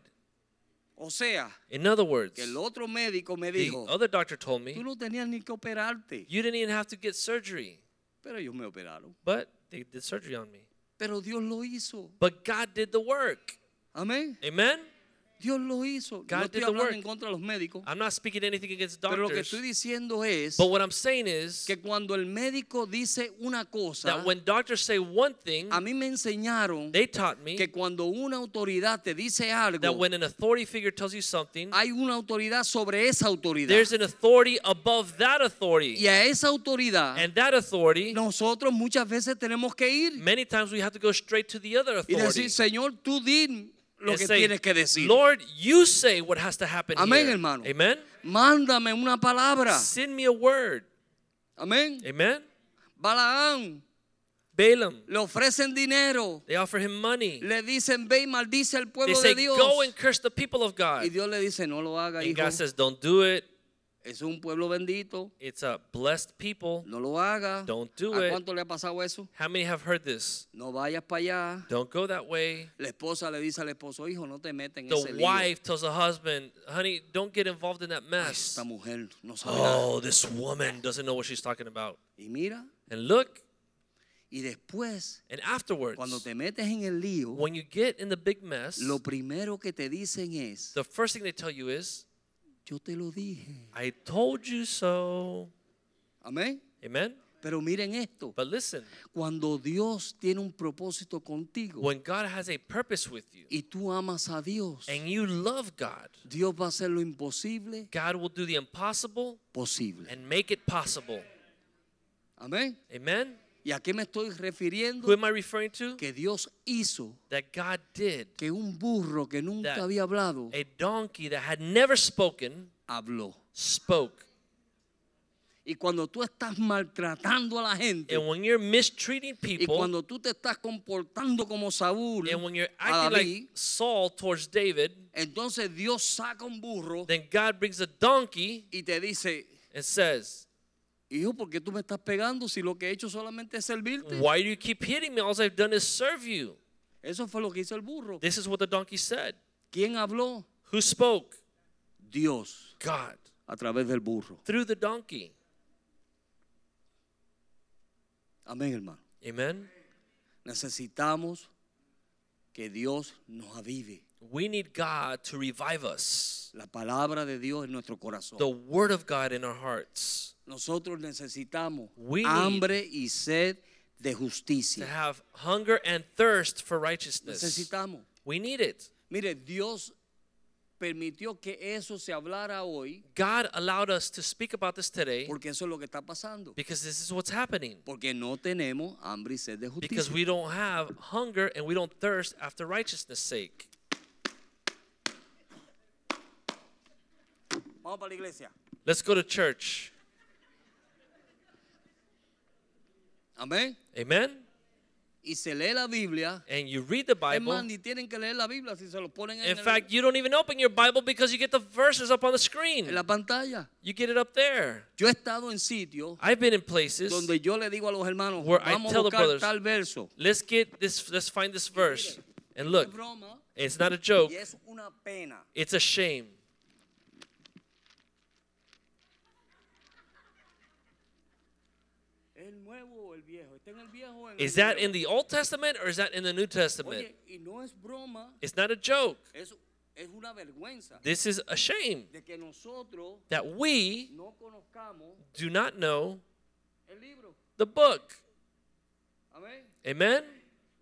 Speaker 3: O sea,
Speaker 4: in other words
Speaker 3: que el otro médico me
Speaker 4: the
Speaker 3: dijo,
Speaker 4: other doctor told
Speaker 3: tú
Speaker 4: me
Speaker 3: no tenías ni que operarte.
Speaker 4: you didn't even have to get surgery
Speaker 3: Pero ellos me operaron.
Speaker 4: but they did surgery on me
Speaker 3: Pero Dios lo hizo.
Speaker 4: but god did the work
Speaker 3: Amén.
Speaker 4: amen
Speaker 3: Dios lo hizo.
Speaker 4: God
Speaker 3: no
Speaker 4: did
Speaker 3: estoy
Speaker 4: the
Speaker 3: hablando
Speaker 4: work.
Speaker 3: en contra de los médicos.
Speaker 4: i'm not speaking anything against
Speaker 3: Pero lo que estoy
Speaker 4: doctors
Speaker 3: diciendo es
Speaker 4: but what i'm saying is
Speaker 3: que cuando el médico dice una cosa, Ah,
Speaker 4: that when doctors say one thing
Speaker 3: a mí me enseñaron
Speaker 4: they taught me
Speaker 3: que cuando una autoridad te dice
Speaker 4: that
Speaker 3: algo,
Speaker 4: when an authority figure tells you something
Speaker 3: hay una autoridad sobre esa autoridad.
Speaker 4: there's an authority above that
Speaker 3: Y
Speaker 4: authority
Speaker 3: a esa autoridad
Speaker 4: and that authority
Speaker 3: nosotros muchas veces tenemos que ir
Speaker 4: Many times we have to go straight to the other
Speaker 3: y
Speaker 4: authority
Speaker 3: decir, Señor, tú di lo
Speaker 4: and
Speaker 3: que
Speaker 4: say,
Speaker 3: tienes que decir.
Speaker 4: Lord, you say what has to happen
Speaker 3: Amén,
Speaker 4: here.
Speaker 3: hermano.
Speaker 4: Amen.
Speaker 3: Mándame una palabra.
Speaker 4: Send me a word.
Speaker 3: Amén.
Speaker 4: Amen.
Speaker 3: Balaam
Speaker 4: Balaam,
Speaker 3: le ofrecen dinero.
Speaker 4: they offer him money.
Speaker 3: Le dicen, ve y maldice al
Speaker 4: They
Speaker 3: pueblo
Speaker 4: say,
Speaker 3: de Dios.
Speaker 4: go and curse the people of God.
Speaker 3: Y Dios le dice, no lo haga,
Speaker 4: and
Speaker 3: hijo.
Speaker 4: God says, don't do it.
Speaker 3: Es un pueblo bendito.
Speaker 4: It's a blessed people.
Speaker 3: No lo haga.
Speaker 4: Don't do
Speaker 3: ¿A
Speaker 4: it.
Speaker 3: cuánto le ha pasado eso?
Speaker 4: How many have heard this?
Speaker 3: No vayas para allá.
Speaker 4: Don't go that way.
Speaker 3: La esposa le dice al esposo, hijo, no te metas en ese
Speaker 4: The
Speaker 3: lío.
Speaker 4: wife tells the husband, honey, don't get involved in that mess.
Speaker 3: Esta mujer no sabe nada.
Speaker 4: Oh, this woman doesn't know what she's talking about.
Speaker 3: Y mira,
Speaker 4: And look,
Speaker 3: y después,
Speaker 4: and afterwards,
Speaker 3: cuando te metes en el lío,
Speaker 4: when you get in the big mess,
Speaker 3: lo primero que te dicen es,
Speaker 4: the first thing they tell you is,
Speaker 3: yo te lo dije.
Speaker 4: I told you so.
Speaker 3: Amén.
Speaker 4: Amen?
Speaker 3: Pero miren esto.
Speaker 4: But listen,
Speaker 3: Cuando Dios tiene un propósito contigo
Speaker 4: when God has a purpose with you
Speaker 3: y tú amas a Dios,
Speaker 4: and you love God,
Speaker 3: Dios va a hacer lo imposible
Speaker 4: God will do the impossible
Speaker 3: posible.
Speaker 4: and make it possible.
Speaker 3: Amén.
Speaker 4: Amen?
Speaker 3: ¿Y a qué me estoy refiriendo?
Speaker 4: Who am I referring to?
Speaker 3: Que Dios hizo
Speaker 4: That God did.
Speaker 3: que un burro que nunca
Speaker 4: That-
Speaker 3: había hablado
Speaker 4: A donkey that had never spoken
Speaker 3: habló.
Speaker 4: spoke.
Speaker 3: Y cuando tú estás maltratando a la gente
Speaker 4: And when you're mistreating
Speaker 3: y
Speaker 4: people,
Speaker 3: cuando tú te estás comportando como Saúl,
Speaker 4: and when you're
Speaker 3: a
Speaker 4: acting like
Speaker 3: David,
Speaker 4: Saul towards David,
Speaker 3: entonces Dios saca un burro
Speaker 4: then God brings a donkey
Speaker 3: y te dice,
Speaker 4: and says,
Speaker 3: hijo, ¿por qué tú me estás pegando si lo que he hecho solamente es servirte?
Speaker 4: Why do you keep hitting me? All I've done is serve you.
Speaker 3: Eso fue lo que hizo el burro.
Speaker 4: This is what the donkey said.
Speaker 3: ¿Quién habló?
Speaker 4: Who spoke?
Speaker 3: Dios
Speaker 4: God.
Speaker 3: a través del burro.
Speaker 4: Through the donkey.
Speaker 3: Amén, hermano.
Speaker 4: Amen.
Speaker 3: Necesitamos que Dios nos avive.
Speaker 4: We need God to revive us.
Speaker 3: La palabra de Dios en nuestro corazón.
Speaker 4: The word of God in our hearts.
Speaker 3: Nosotros necesitamos
Speaker 4: We need-
Speaker 3: hambre y sed de
Speaker 4: To
Speaker 3: justicia.
Speaker 4: have hunger and thirst for righteousness.
Speaker 3: Necesitamos.
Speaker 4: We need it.
Speaker 3: Mire, Dios permitió que eso se hablara hoy
Speaker 4: God allowed us to speak about this today
Speaker 3: porque eso es lo que está pasando.
Speaker 4: because this is what's happening.
Speaker 3: Porque no tenemos hambre y sed de
Speaker 4: Because
Speaker 3: justicia.
Speaker 4: we don't have hunger and we don't thirst after righteousness' sake.
Speaker 3: Vamos para la iglesia.
Speaker 4: Let's go to church.
Speaker 3: Amén.
Speaker 4: Amen.
Speaker 3: Y se lee la Biblia.
Speaker 4: And you read the
Speaker 3: Es
Speaker 4: Bible.
Speaker 3: más, ni tienen que leer la Biblia si se lo ponen en,
Speaker 4: In
Speaker 3: el-
Speaker 4: fact, you don't even open your Bible because you get the verses up on the
Speaker 3: en
Speaker 4: screen.
Speaker 3: la pantalla.
Speaker 4: You get it up there.
Speaker 3: Yo he estado en sitios
Speaker 4: I've been in places.
Speaker 3: donde yo le digo a los hermanos,
Speaker 4: Where I
Speaker 3: vamos a
Speaker 4: tell the
Speaker 3: buscar
Speaker 4: brothers-
Speaker 3: tal verso.
Speaker 4: Let's get this. Let's find this verse. And look,
Speaker 3: Es broma
Speaker 4: it's not a joke.
Speaker 3: y es una pena.
Speaker 4: It's a shame.
Speaker 3: ¿El nuevo o el viejo? ¿Está en el viejo o en el
Speaker 4: Is that
Speaker 3: nuevo?
Speaker 4: in the Old Testament or is that in the New Testament?
Speaker 3: Oye, y no es broma,
Speaker 4: It's not a joke.
Speaker 3: es, es una vergüenza
Speaker 4: This is a shame
Speaker 3: de que nosotros
Speaker 4: that we
Speaker 3: no conozcamos
Speaker 4: do not know
Speaker 3: el libro.
Speaker 4: the book.
Speaker 3: Amén.
Speaker 4: Amen.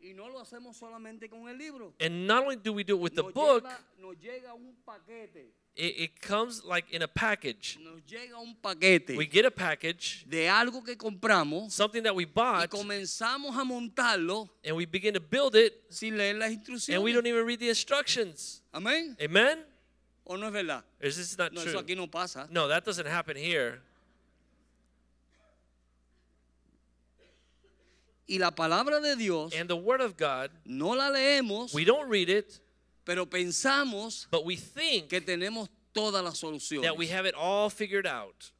Speaker 3: Y no lo hacemos solamente con el libro.
Speaker 4: And not only do we do it with the
Speaker 3: nos,
Speaker 4: book,
Speaker 3: Llega, nos llega un paquete.
Speaker 4: it, it comes like in a package.
Speaker 3: Nos llega un paquete
Speaker 4: We get a package,
Speaker 3: de algo que compramos
Speaker 4: something that we
Speaker 3: y
Speaker 4: bought,
Speaker 3: comenzamos a montarlo
Speaker 4: and we begin to build it
Speaker 3: sin leer las
Speaker 4: and we don't
Speaker 3: instrucciones.
Speaker 4: even read the instructions.
Speaker 3: Amén.
Speaker 4: Amen?
Speaker 3: ¿O no es verdad?
Speaker 4: Or is this not
Speaker 3: No,
Speaker 4: true?
Speaker 3: eso aquí no pasa.
Speaker 4: No, that doesn't happen here.
Speaker 3: Y la palabra de Dios
Speaker 4: And the Word of God,
Speaker 3: no la leemos,
Speaker 4: we don't read it,
Speaker 3: pero pensamos
Speaker 4: but we think
Speaker 3: que tenemos todas las soluciones.
Speaker 4: that we have it all figured out.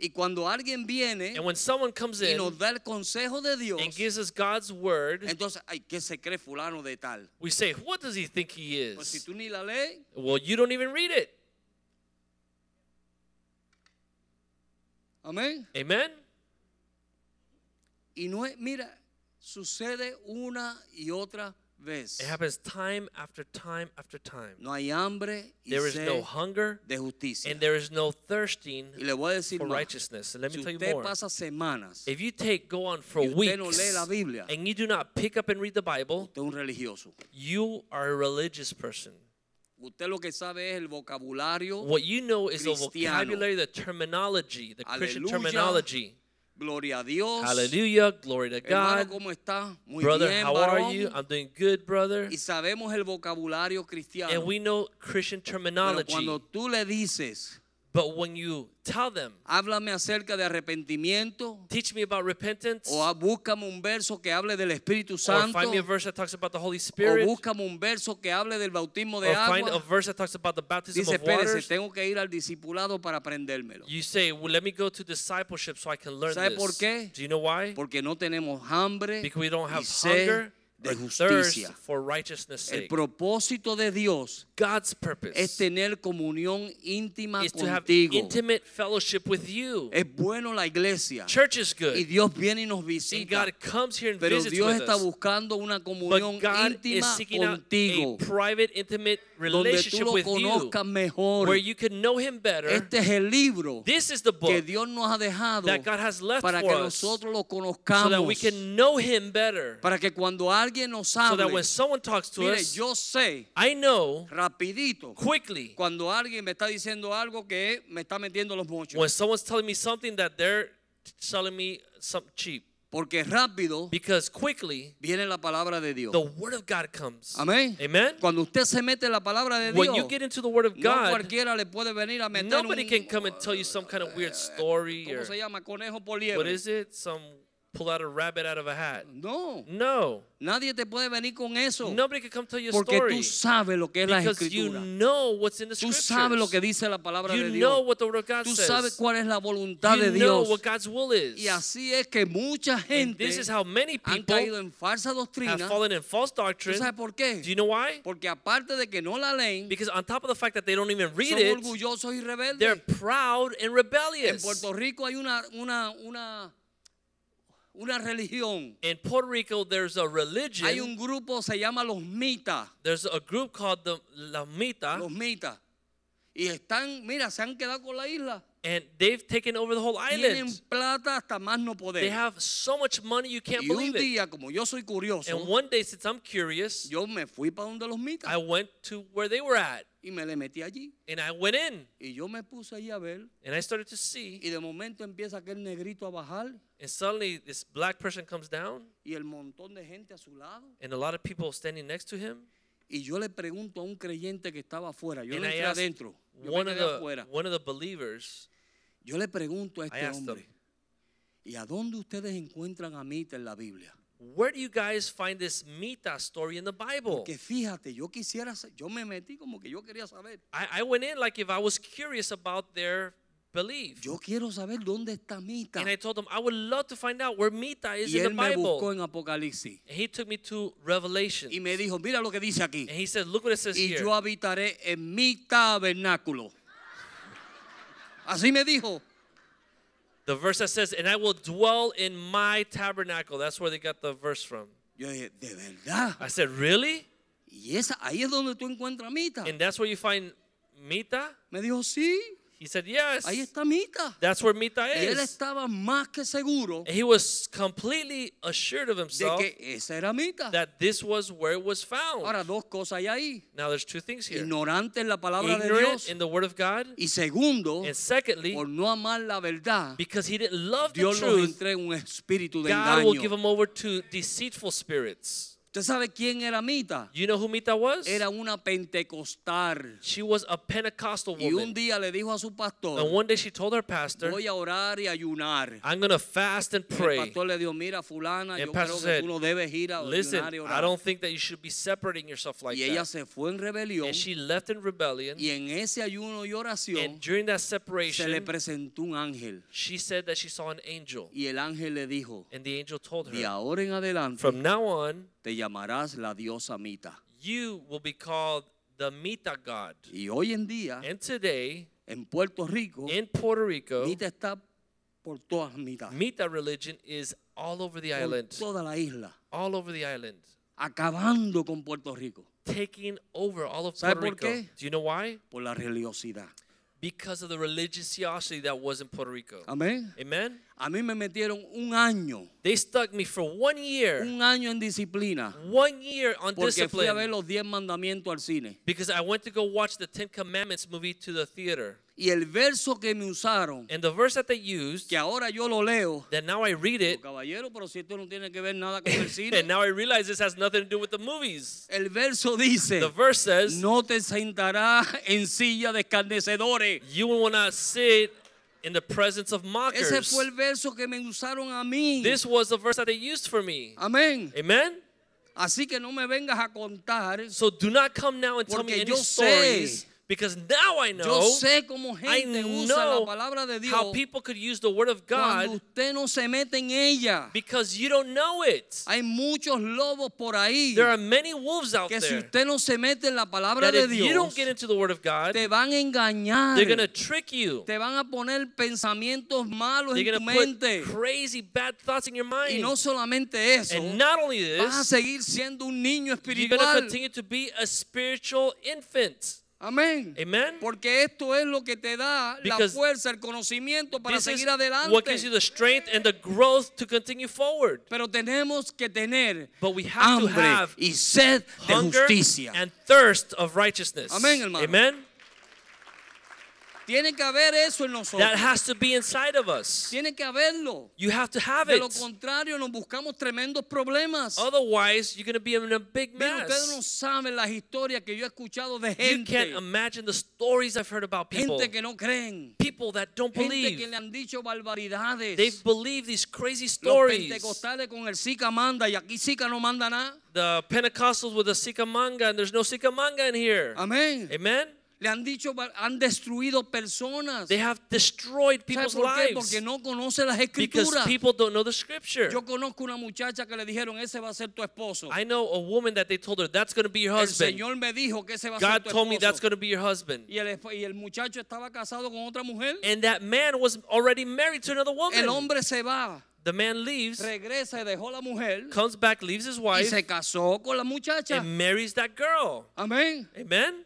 Speaker 3: Y cuando alguien viene
Speaker 4: And when someone comes
Speaker 3: y
Speaker 4: in
Speaker 3: nos da el consejo de Dios,
Speaker 4: and gives us God's Word,
Speaker 3: entonces, ay, ¿qué se cree fulano de tal?
Speaker 4: we say, What does he think he
Speaker 3: Pues si
Speaker 4: is?
Speaker 3: tú ni la lees,
Speaker 4: Well, you don't even read it.
Speaker 3: amén.
Speaker 4: Amen?
Speaker 3: Y no es, mira, sucede una y otra vez.
Speaker 4: It happens time after time after time.
Speaker 3: No hay hambre y
Speaker 4: There is
Speaker 3: sed
Speaker 4: no hunger
Speaker 3: de justicia.
Speaker 4: and there is no thirsting
Speaker 3: Y le voy a decir
Speaker 4: for
Speaker 3: más.
Speaker 4: righteousness. And let
Speaker 3: Si
Speaker 4: me tell you
Speaker 3: usted
Speaker 4: more.
Speaker 3: pasa semanas,
Speaker 4: If you take go on for
Speaker 3: Y usted no
Speaker 4: weeks
Speaker 3: lee la Biblia.
Speaker 4: and you do not pick up and read the Bible,
Speaker 3: usted es un religioso.
Speaker 4: you are a religious person.
Speaker 3: Usted lo que sabe es el vocabulario,
Speaker 4: What you know is the
Speaker 3: Cristiano.
Speaker 4: vocabulary, the terminology, the Christian
Speaker 3: Aleluya.
Speaker 4: terminology.
Speaker 3: gloria a Dios.
Speaker 4: Hallelujah, glory to
Speaker 3: Hermano,
Speaker 4: God.
Speaker 3: ¿cómo está? Muy
Speaker 4: Brother,
Speaker 3: bien,
Speaker 4: how
Speaker 3: varón.
Speaker 4: are you? I'm doing good, brother.
Speaker 3: Y sabemos el vocabulario cristiano.
Speaker 4: And we know Christian
Speaker 3: pero
Speaker 4: terminology.
Speaker 3: cuando tú le dices,
Speaker 4: But when you tell them,
Speaker 3: háblame acerca de arrepentimiento
Speaker 4: teach me about repentance,
Speaker 3: o
Speaker 4: or
Speaker 3: ah, búscame un verso que hable del Espíritu Santo
Speaker 4: find me a verse that talks about the Holy
Speaker 3: o
Speaker 4: Spirit, or
Speaker 3: búscame un verso que hable del bautismo de
Speaker 4: find a
Speaker 3: agua,
Speaker 4: verse that talks about the baptism
Speaker 3: dice,
Speaker 4: of water,
Speaker 3: espérese, tengo que ir al discipulado para aprendérmelo.
Speaker 4: you say, well, let me go to discipleship so I can learn
Speaker 3: ¿Sabe
Speaker 4: this.
Speaker 3: por qué?
Speaker 4: Do you know why?
Speaker 3: Porque no tenemos hambre
Speaker 4: Because we don't
Speaker 3: y
Speaker 4: have
Speaker 3: sed
Speaker 4: hunger
Speaker 3: de
Speaker 4: or thirst
Speaker 3: justicia.
Speaker 4: for righteousness
Speaker 3: El
Speaker 4: sake.
Speaker 3: propósito de Dios
Speaker 4: God's purpose
Speaker 3: es tener comunión íntima
Speaker 4: is to have
Speaker 3: contigo.
Speaker 4: intimate fellowship with you.
Speaker 3: Es bueno la iglesia
Speaker 4: Church is
Speaker 3: y
Speaker 4: good.
Speaker 3: Dios viene y nos
Speaker 4: And
Speaker 3: visita.
Speaker 4: God comes here and
Speaker 3: Pero
Speaker 4: visits
Speaker 3: Dios
Speaker 4: with
Speaker 3: está
Speaker 4: us.
Speaker 3: buscando una comunión
Speaker 4: But God is
Speaker 3: íntima
Speaker 4: seeking out a
Speaker 3: contigo,
Speaker 4: private, intimate
Speaker 3: donde tú
Speaker 4: relationship
Speaker 3: lo
Speaker 4: with you
Speaker 3: conozcas
Speaker 4: where
Speaker 3: mejor.
Speaker 4: you can know Him better.
Speaker 3: Este es el libro
Speaker 4: This is the
Speaker 3: que
Speaker 4: book
Speaker 3: Dios nos ha dejado
Speaker 4: that God has left
Speaker 3: para que
Speaker 4: for us
Speaker 3: nosotros lo
Speaker 4: so that
Speaker 3: conozcamos,
Speaker 4: we can know Him better.
Speaker 3: para que cuando alguien nos
Speaker 4: So
Speaker 3: hable,
Speaker 4: that when someone talks to
Speaker 3: mire,
Speaker 4: us,
Speaker 3: yo sé
Speaker 4: I know
Speaker 3: rapidito
Speaker 4: quickly
Speaker 3: cuando alguien me está diciendo algo que me está metiendo los mochos,
Speaker 4: when someone's telling me something that they're selling me something cheap.
Speaker 3: porque rápido
Speaker 4: Because quickly,
Speaker 3: viene la palabra de Dios.
Speaker 4: the Word of God comes.
Speaker 3: Amén.
Speaker 4: Amen.
Speaker 3: Cuando usted se mete en la palabra de Dios,
Speaker 4: When you get into the Word of
Speaker 3: no
Speaker 4: God,
Speaker 3: cualquiera le puede venir a meter un,
Speaker 4: nobody can come and tell you some kind of weird story
Speaker 3: Eh, ¿cómo
Speaker 4: or
Speaker 3: se llama? Conejo por liebre.
Speaker 4: what is it? Some pull out a rabbit out of a hat.
Speaker 3: No,
Speaker 4: No.
Speaker 3: nadie te puede venir con eso,
Speaker 4: Nobody can come tell you a
Speaker 3: porque
Speaker 4: story.
Speaker 3: tú sabes lo que es la
Speaker 4: because you
Speaker 3: escritura.
Speaker 4: know what's in the
Speaker 3: Tú
Speaker 4: scriptures.
Speaker 3: sabes lo que dice la palabra
Speaker 4: you
Speaker 3: de
Speaker 4: know
Speaker 3: Dios.
Speaker 4: what the word of God
Speaker 3: Tú sabes
Speaker 4: says.
Speaker 3: cuál es la voluntad
Speaker 4: you
Speaker 3: de
Speaker 4: know
Speaker 3: Dios.
Speaker 4: what God's will is.
Speaker 3: Y así es que mucha
Speaker 4: and
Speaker 3: gente
Speaker 4: this is how many
Speaker 3: han
Speaker 4: people
Speaker 3: caído en falsa
Speaker 4: have
Speaker 3: doctrina.
Speaker 4: fallen in false
Speaker 3: ¿Tú
Speaker 4: doctrine.
Speaker 3: sabes por qué?
Speaker 4: Do you know why?
Speaker 3: Porque aparte de que no la leen,
Speaker 4: Because on top of the fact that they don't even read
Speaker 3: son
Speaker 4: it,
Speaker 3: orgullosos y
Speaker 4: they're
Speaker 3: rebeldes.
Speaker 4: proud and
Speaker 3: En
Speaker 4: rebellious.
Speaker 3: Puerto Rico hay una una una una religión.
Speaker 4: In Puerto Rico, there's a religion.
Speaker 3: Hay un grupo se llama los mitas,
Speaker 4: There's a group called the La Mita,
Speaker 3: los mitas. Y están, mira, se han quedado con la isla.
Speaker 4: and they've taken over the whole
Speaker 3: Tienen
Speaker 4: island.
Speaker 3: plata hasta más no
Speaker 4: They
Speaker 3: poder.
Speaker 4: have so much money you can't
Speaker 3: Y un
Speaker 4: believe it.
Speaker 3: día, como yo soy
Speaker 4: And
Speaker 3: curioso,
Speaker 4: one day, since I'm curious,
Speaker 3: yo me fui para donde los
Speaker 4: I
Speaker 3: mitas
Speaker 4: went to where they were at,
Speaker 3: y me le metí allí.
Speaker 4: and I went in,
Speaker 3: Y yo me puse ahí a ver.
Speaker 4: and I started to see,
Speaker 3: Y de momento empieza aquel negrito a bajar
Speaker 4: and suddenly this black person comes down,
Speaker 3: y el montón de gente a su lado.
Speaker 4: and a lot of people standing next to him.
Speaker 3: Y yo le pregunto a un creyente que estaba afuera, yo
Speaker 4: and
Speaker 3: no
Speaker 4: I
Speaker 3: entré
Speaker 4: asked
Speaker 3: adentro, yo me
Speaker 4: one of
Speaker 3: quedé
Speaker 4: the
Speaker 3: afuera.
Speaker 4: one of the believers.
Speaker 3: Yo le pregunto a
Speaker 4: I
Speaker 3: este
Speaker 4: asked them,
Speaker 3: hombre, ¿y a dónde ustedes encuentran a Mita en la Biblia?
Speaker 4: "Where do you guys find this Mita story in the Bible?"
Speaker 3: Que fíjate, yo quisiera, sa- yo me metí como que yo quería saber.
Speaker 4: I, I went in like if I was curious about their belief.
Speaker 3: Yo quiero saber dónde está Mita.
Speaker 4: And I told him, I would love to find out where Mita is
Speaker 3: Y
Speaker 4: in the
Speaker 3: él me buscó
Speaker 4: Bible.
Speaker 3: en Apocalipsis
Speaker 4: And he took me to Revelation.
Speaker 3: y me dijo, mira lo que dice aquí.
Speaker 4: And he said, Look what it says
Speaker 3: Y
Speaker 4: here.
Speaker 3: yo habitaré en mi tabernáculo. Así me dijo.
Speaker 4: The verse that says, And I will dwell in my tabernacle. That's where they got the verse from.
Speaker 3: Yo dije, ¿de verdad?
Speaker 4: I said, Really?
Speaker 3: Y esa, ahí es donde tú encuentras a Mita.
Speaker 4: And that's where you find Mita?
Speaker 3: Me dijo, sí,
Speaker 4: He said, Yes.
Speaker 3: ahí está Mita.
Speaker 4: That's where Mita
Speaker 3: Y él
Speaker 4: is.
Speaker 3: estaba más que seguro
Speaker 4: And he was completely assured of
Speaker 3: de
Speaker 4: himself
Speaker 3: que esa era Mita.
Speaker 4: that this was where it was found.
Speaker 3: Ahora, dos cosas hay ahí.
Speaker 4: Now, there's two things here
Speaker 3: Ignorante en la palabra de
Speaker 4: ignorant
Speaker 3: Dios.
Speaker 4: in the Word of God,
Speaker 3: Y segundo,
Speaker 4: and secondly,
Speaker 3: por no amar la verdad,
Speaker 4: Because he didn't love the
Speaker 3: Dios nos
Speaker 4: truth,
Speaker 3: entrega un espíritu de
Speaker 4: God will give 'em
Speaker 3: engaño.
Speaker 4: him over to deceitful spirits.
Speaker 3: ¿Usted sabe quién era Mita?
Speaker 4: You know who Mita was?
Speaker 3: Era una pentecostal.
Speaker 4: She was a Pentecostal
Speaker 3: Y un
Speaker 4: woman.
Speaker 3: día le dijo a su
Speaker 4: And
Speaker 3: pastor,
Speaker 4: one day she told her pastor,
Speaker 3: voy a orar y ayunar.
Speaker 4: I'm going to fast and
Speaker 3: El
Speaker 4: pray.
Speaker 3: pastor le dijo, mira, fulana,
Speaker 4: And
Speaker 3: yo
Speaker 4: pastor
Speaker 3: creo que
Speaker 4: said,
Speaker 3: tú no debes ir a
Speaker 4: Listen,
Speaker 3: ayunar y
Speaker 4: I
Speaker 3: orar.
Speaker 4: don't think that you should be separating yourself like
Speaker 3: Y ella
Speaker 4: that.
Speaker 3: se fue en rebelión.
Speaker 4: And she left in rebellion.
Speaker 3: Y en ese ayuno y
Speaker 4: And
Speaker 3: oración
Speaker 4: during that
Speaker 3: se le
Speaker 4: separation,
Speaker 3: presentó un ángel.
Speaker 4: she said that she saw an angel.
Speaker 3: Y el ángel le dijo,
Speaker 4: And the angel told
Speaker 3: de
Speaker 4: her,
Speaker 3: ahora en adelante
Speaker 4: From now on,
Speaker 3: te llamarás la diosa Mita.
Speaker 4: you will be called the Mita God.
Speaker 3: Y hoy en día,
Speaker 4: And today,
Speaker 3: en Puerto Rico,
Speaker 4: in Puerto Rico,
Speaker 3: Mita está por todas mitas.
Speaker 4: Mita religion is all over the
Speaker 3: Por
Speaker 4: island.
Speaker 3: toda la isla.
Speaker 4: All over the island.
Speaker 3: Acabando con Puerto Rico.
Speaker 4: Taking over all of
Speaker 3: ¿Sabe
Speaker 4: Puerto
Speaker 3: por
Speaker 4: Rico.
Speaker 3: qué?
Speaker 4: Do you know why?
Speaker 3: Por la religiosidad.
Speaker 4: Because of the religiosity that was in Puerto Rico.
Speaker 3: Amén.
Speaker 4: Amen?
Speaker 3: A mí me metieron un año.
Speaker 4: They stuck me for one year.
Speaker 3: Un año en disciplina.
Speaker 4: One year on
Speaker 3: Porque fui a ver
Speaker 4: discipline.
Speaker 3: los 10 mandamientos al cine.
Speaker 4: Because I went to go watch the Ten Commandments movie to the theater.
Speaker 3: Y el verso que me usaron,
Speaker 4: And the verse that they used,
Speaker 3: que ahora yo lo leo,
Speaker 4: that now I read
Speaker 3: Pero,
Speaker 4: it,
Speaker 3: caballero, pero si esto no tiene que ver nada con
Speaker 4: [LAUGHS]
Speaker 3: el cine.
Speaker 4: and now I realize this has nothing to do with the movies.
Speaker 3: El verso dice,
Speaker 4: The verse says,
Speaker 3: no te sentarás en silla de escarnecedores.
Speaker 4: You will not sit in the presence of
Speaker 3: Ese
Speaker 4: mockers.
Speaker 3: fue el verso que me usaron a mí.
Speaker 4: This was the verse that they used for me.
Speaker 3: Amén.
Speaker 4: Amen?
Speaker 3: Así que no me vengas a contar
Speaker 4: So do not come now and tell me
Speaker 3: porque
Speaker 4: any
Speaker 3: yo sé
Speaker 4: stories Because now I know,
Speaker 3: Yo sé cómo
Speaker 4: I
Speaker 3: gente usa la
Speaker 4: know
Speaker 3: palabra de
Speaker 4: how
Speaker 3: Dios
Speaker 4: people could use the word of
Speaker 3: cuando
Speaker 4: God
Speaker 3: usted no se mete en ella.
Speaker 4: because you don't know it.
Speaker 3: Hay muchos lobos por ahí
Speaker 4: There are many wolves out
Speaker 3: que si
Speaker 4: there
Speaker 3: usted no se mete en la palabra
Speaker 4: that
Speaker 3: de
Speaker 4: if you don't
Speaker 3: Dios,
Speaker 4: get into the word of God,
Speaker 3: te van a engañar.
Speaker 4: they're going to trick you.
Speaker 3: Te van a poner pensamientos malos
Speaker 4: They're
Speaker 3: en tu
Speaker 4: going to
Speaker 3: mente.
Speaker 4: put crazy bad thoughts in your
Speaker 3: Y
Speaker 4: mind.
Speaker 3: no solamente eso,
Speaker 4: And not only
Speaker 3: vas a
Speaker 4: this,
Speaker 3: seguir siendo un niño
Speaker 4: you're going to
Speaker 3: espiritual.
Speaker 4: continue to be a spiritual infant.
Speaker 3: Amén.
Speaker 4: Amen?
Speaker 3: Porque esto es lo que te da la
Speaker 4: Because
Speaker 3: fuerza, el conocimiento para
Speaker 4: This is
Speaker 3: seguir
Speaker 4: what gives
Speaker 3: adelante.
Speaker 4: you the strength and the growth to continue forward.
Speaker 3: Pero tenemos que tener
Speaker 4: But we have to
Speaker 3: hambre
Speaker 4: have
Speaker 3: y sed de
Speaker 4: Hunger
Speaker 3: justicia.
Speaker 4: and thirst of righteousness.
Speaker 3: Amén, hermano.
Speaker 4: Amen?
Speaker 3: Tiene que haber eso en nosotros.
Speaker 4: That has to be inside of us.
Speaker 3: Tiene que haberlo.
Speaker 4: You have to have
Speaker 3: De
Speaker 4: it.
Speaker 3: lo contrario, nos buscamos tremendos problemas.
Speaker 4: Otherwise, you're going to be in a big
Speaker 3: Mira, ustedes no
Speaker 4: mess.
Speaker 3: saben las historias que yo he escuchado de
Speaker 4: You can't
Speaker 3: gente,
Speaker 4: imagine the stories I've heard about people.
Speaker 3: gente que no creen,
Speaker 4: People that don't
Speaker 3: gente que
Speaker 4: believe.
Speaker 3: le han dicho barbaridades.
Speaker 4: They believe these crazy
Speaker 3: Los
Speaker 4: stories.
Speaker 3: pentecostales con el Zika manda y aquí Zika no manda nada.
Speaker 4: The Pentecostals with the Sikamanga, and there's no Sikamanga in here.
Speaker 3: Amén.
Speaker 4: Amen?
Speaker 3: Eh, Le han dicho, bar- han destruido personas.
Speaker 4: They have destroyed
Speaker 3: ¿Sabe
Speaker 4: people's
Speaker 3: por qué? Porque
Speaker 4: lives
Speaker 3: no conoce las
Speaker 4: because
Speaker 3: escrituras.
Speaker 4: people don't know the scripture.
Speaker 3: Yo conozco una muchacha que le dijeron, ese va a ser tu esposo.
Speaker 4: I know a woman that they told her that's going to be your
Speaker 3: El
Speaker 4: husband.
Speaker 3: Señor me dijo que ese va a ser
Speaker 4: God
Speaker 3: tu
Speaker 4: told me that's
Speaker 3: esposo.
Speaker 4: going to be your husband.
Speaker 3: Y el, esp- y el muchacho estaba casado con otra mujer.
Speaker 4: And that man was already married to another
Speaker 3: El
Speaker 4: woman.
Speaker 3: hombre se va,
Speaker 4: The man leaves,
Speaker 3: regresa y dejó la mujer
Speaker 4: comes back, leaves his
Speaker 3: y
Speaker 4: wife,
Speaker 3: se casó con la muchacha.
Speaker 4: and marries that girl.
Speaker 3: Amén.
Speaker 4: Amen?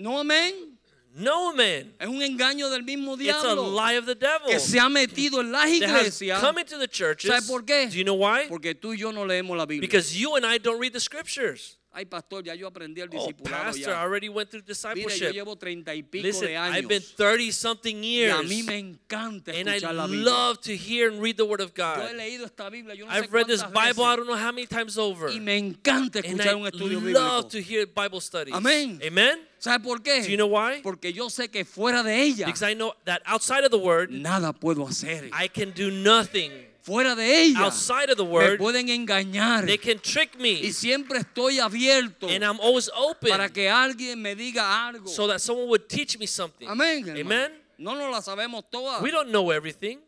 Speaker 3: No amén.
Speaker 4: No man.
Speaker 3: Es un engaño del mismo
Speaker 4: It's a
Speaker 3: diablo
Speaker 4: lie of the devil
Speaker 3: que se ha metido en las
Speaker 4: that has
Speaker 3: iglesias
Speaker 4: come into the churches.
Speaker 3: ¿Sabe por qué?
Speaker 4: Do you know why?
Speaker 3: porque tú y yo no leemos la Biblia.
Speaker 4: Because you and I don't read the scriptures.
Speaker 3: Ay, pastor, ya yo aprendí el
Speaker 4: Oh,
Speaker 3: discipulado
Speaker 4: pastor, I
Speaker 3: ya.
Speaker 4: already went through
Speaker 3: Mire, yo
Speaker 4: discipleship.
Speaker 3: llevo treinta y pico
Speaker 4: Listen,
Speaker 3: de
Speaker 4: I've been
Speaker 3: años
Speaker 4: 30 something
Speaker 3: y a mí
Speaker 4: years.
Speaker 3: me encanta
Speaker 4: And I
Speaker 3: escuchar la Biblia.
Speaker 4: love to hear and read the Word of
Speaker 3: Yo
Speaker 4: God.
Speaker 3: he leído esta Biblia, yo no sé
Speaker 4: I've read this
Speaker 3: cuántas
Speaker 4: Bible I
Speaker 3: veces,
Speaker 4: don't know how many times over.
Speaker 3: y me encanta
Speaker 4: And
Speaker 3: escuchar
Speaker 4: I
Speaker 3: un estudio
Speaker 4: love
Speaker 3: bíblico.
Speaker 4: to hear Bible studies.
Speaker 3: Amén.
Speaker 4: Amen.
Speaker 3: ¿Sabe por qué?
Speaker 4: Do you know why?
Speaker 3: Porque yo sé que fuera de ella
Speaker 4: Because I know that outside of the Word,
Speaker 3: nada puedo hacer.
Speaker 4: I can do nothing.
Speaker 3: Fuera de ella
Speaker 4: Outside of the
Speaker 3: me
Speaker 4: Word,
Speaker 3: pueden engañar
Speaker 4: they can trick
Speaker 3: y
Speaker 4: me.
Speaker 3: siempre estoy abierto
Speaker 4: And I'm always
Speaker 3: para
Speaker 4: open
Speaker 3: que alguien me diga algo.
Speaker 4: so that someone would teach me something.
Speaker 3: Amén. hermano. Ah.
Speaker 4: Amen.
Speaker 3: No nos la sabemos todas.
Speaker 4: We don't know everything.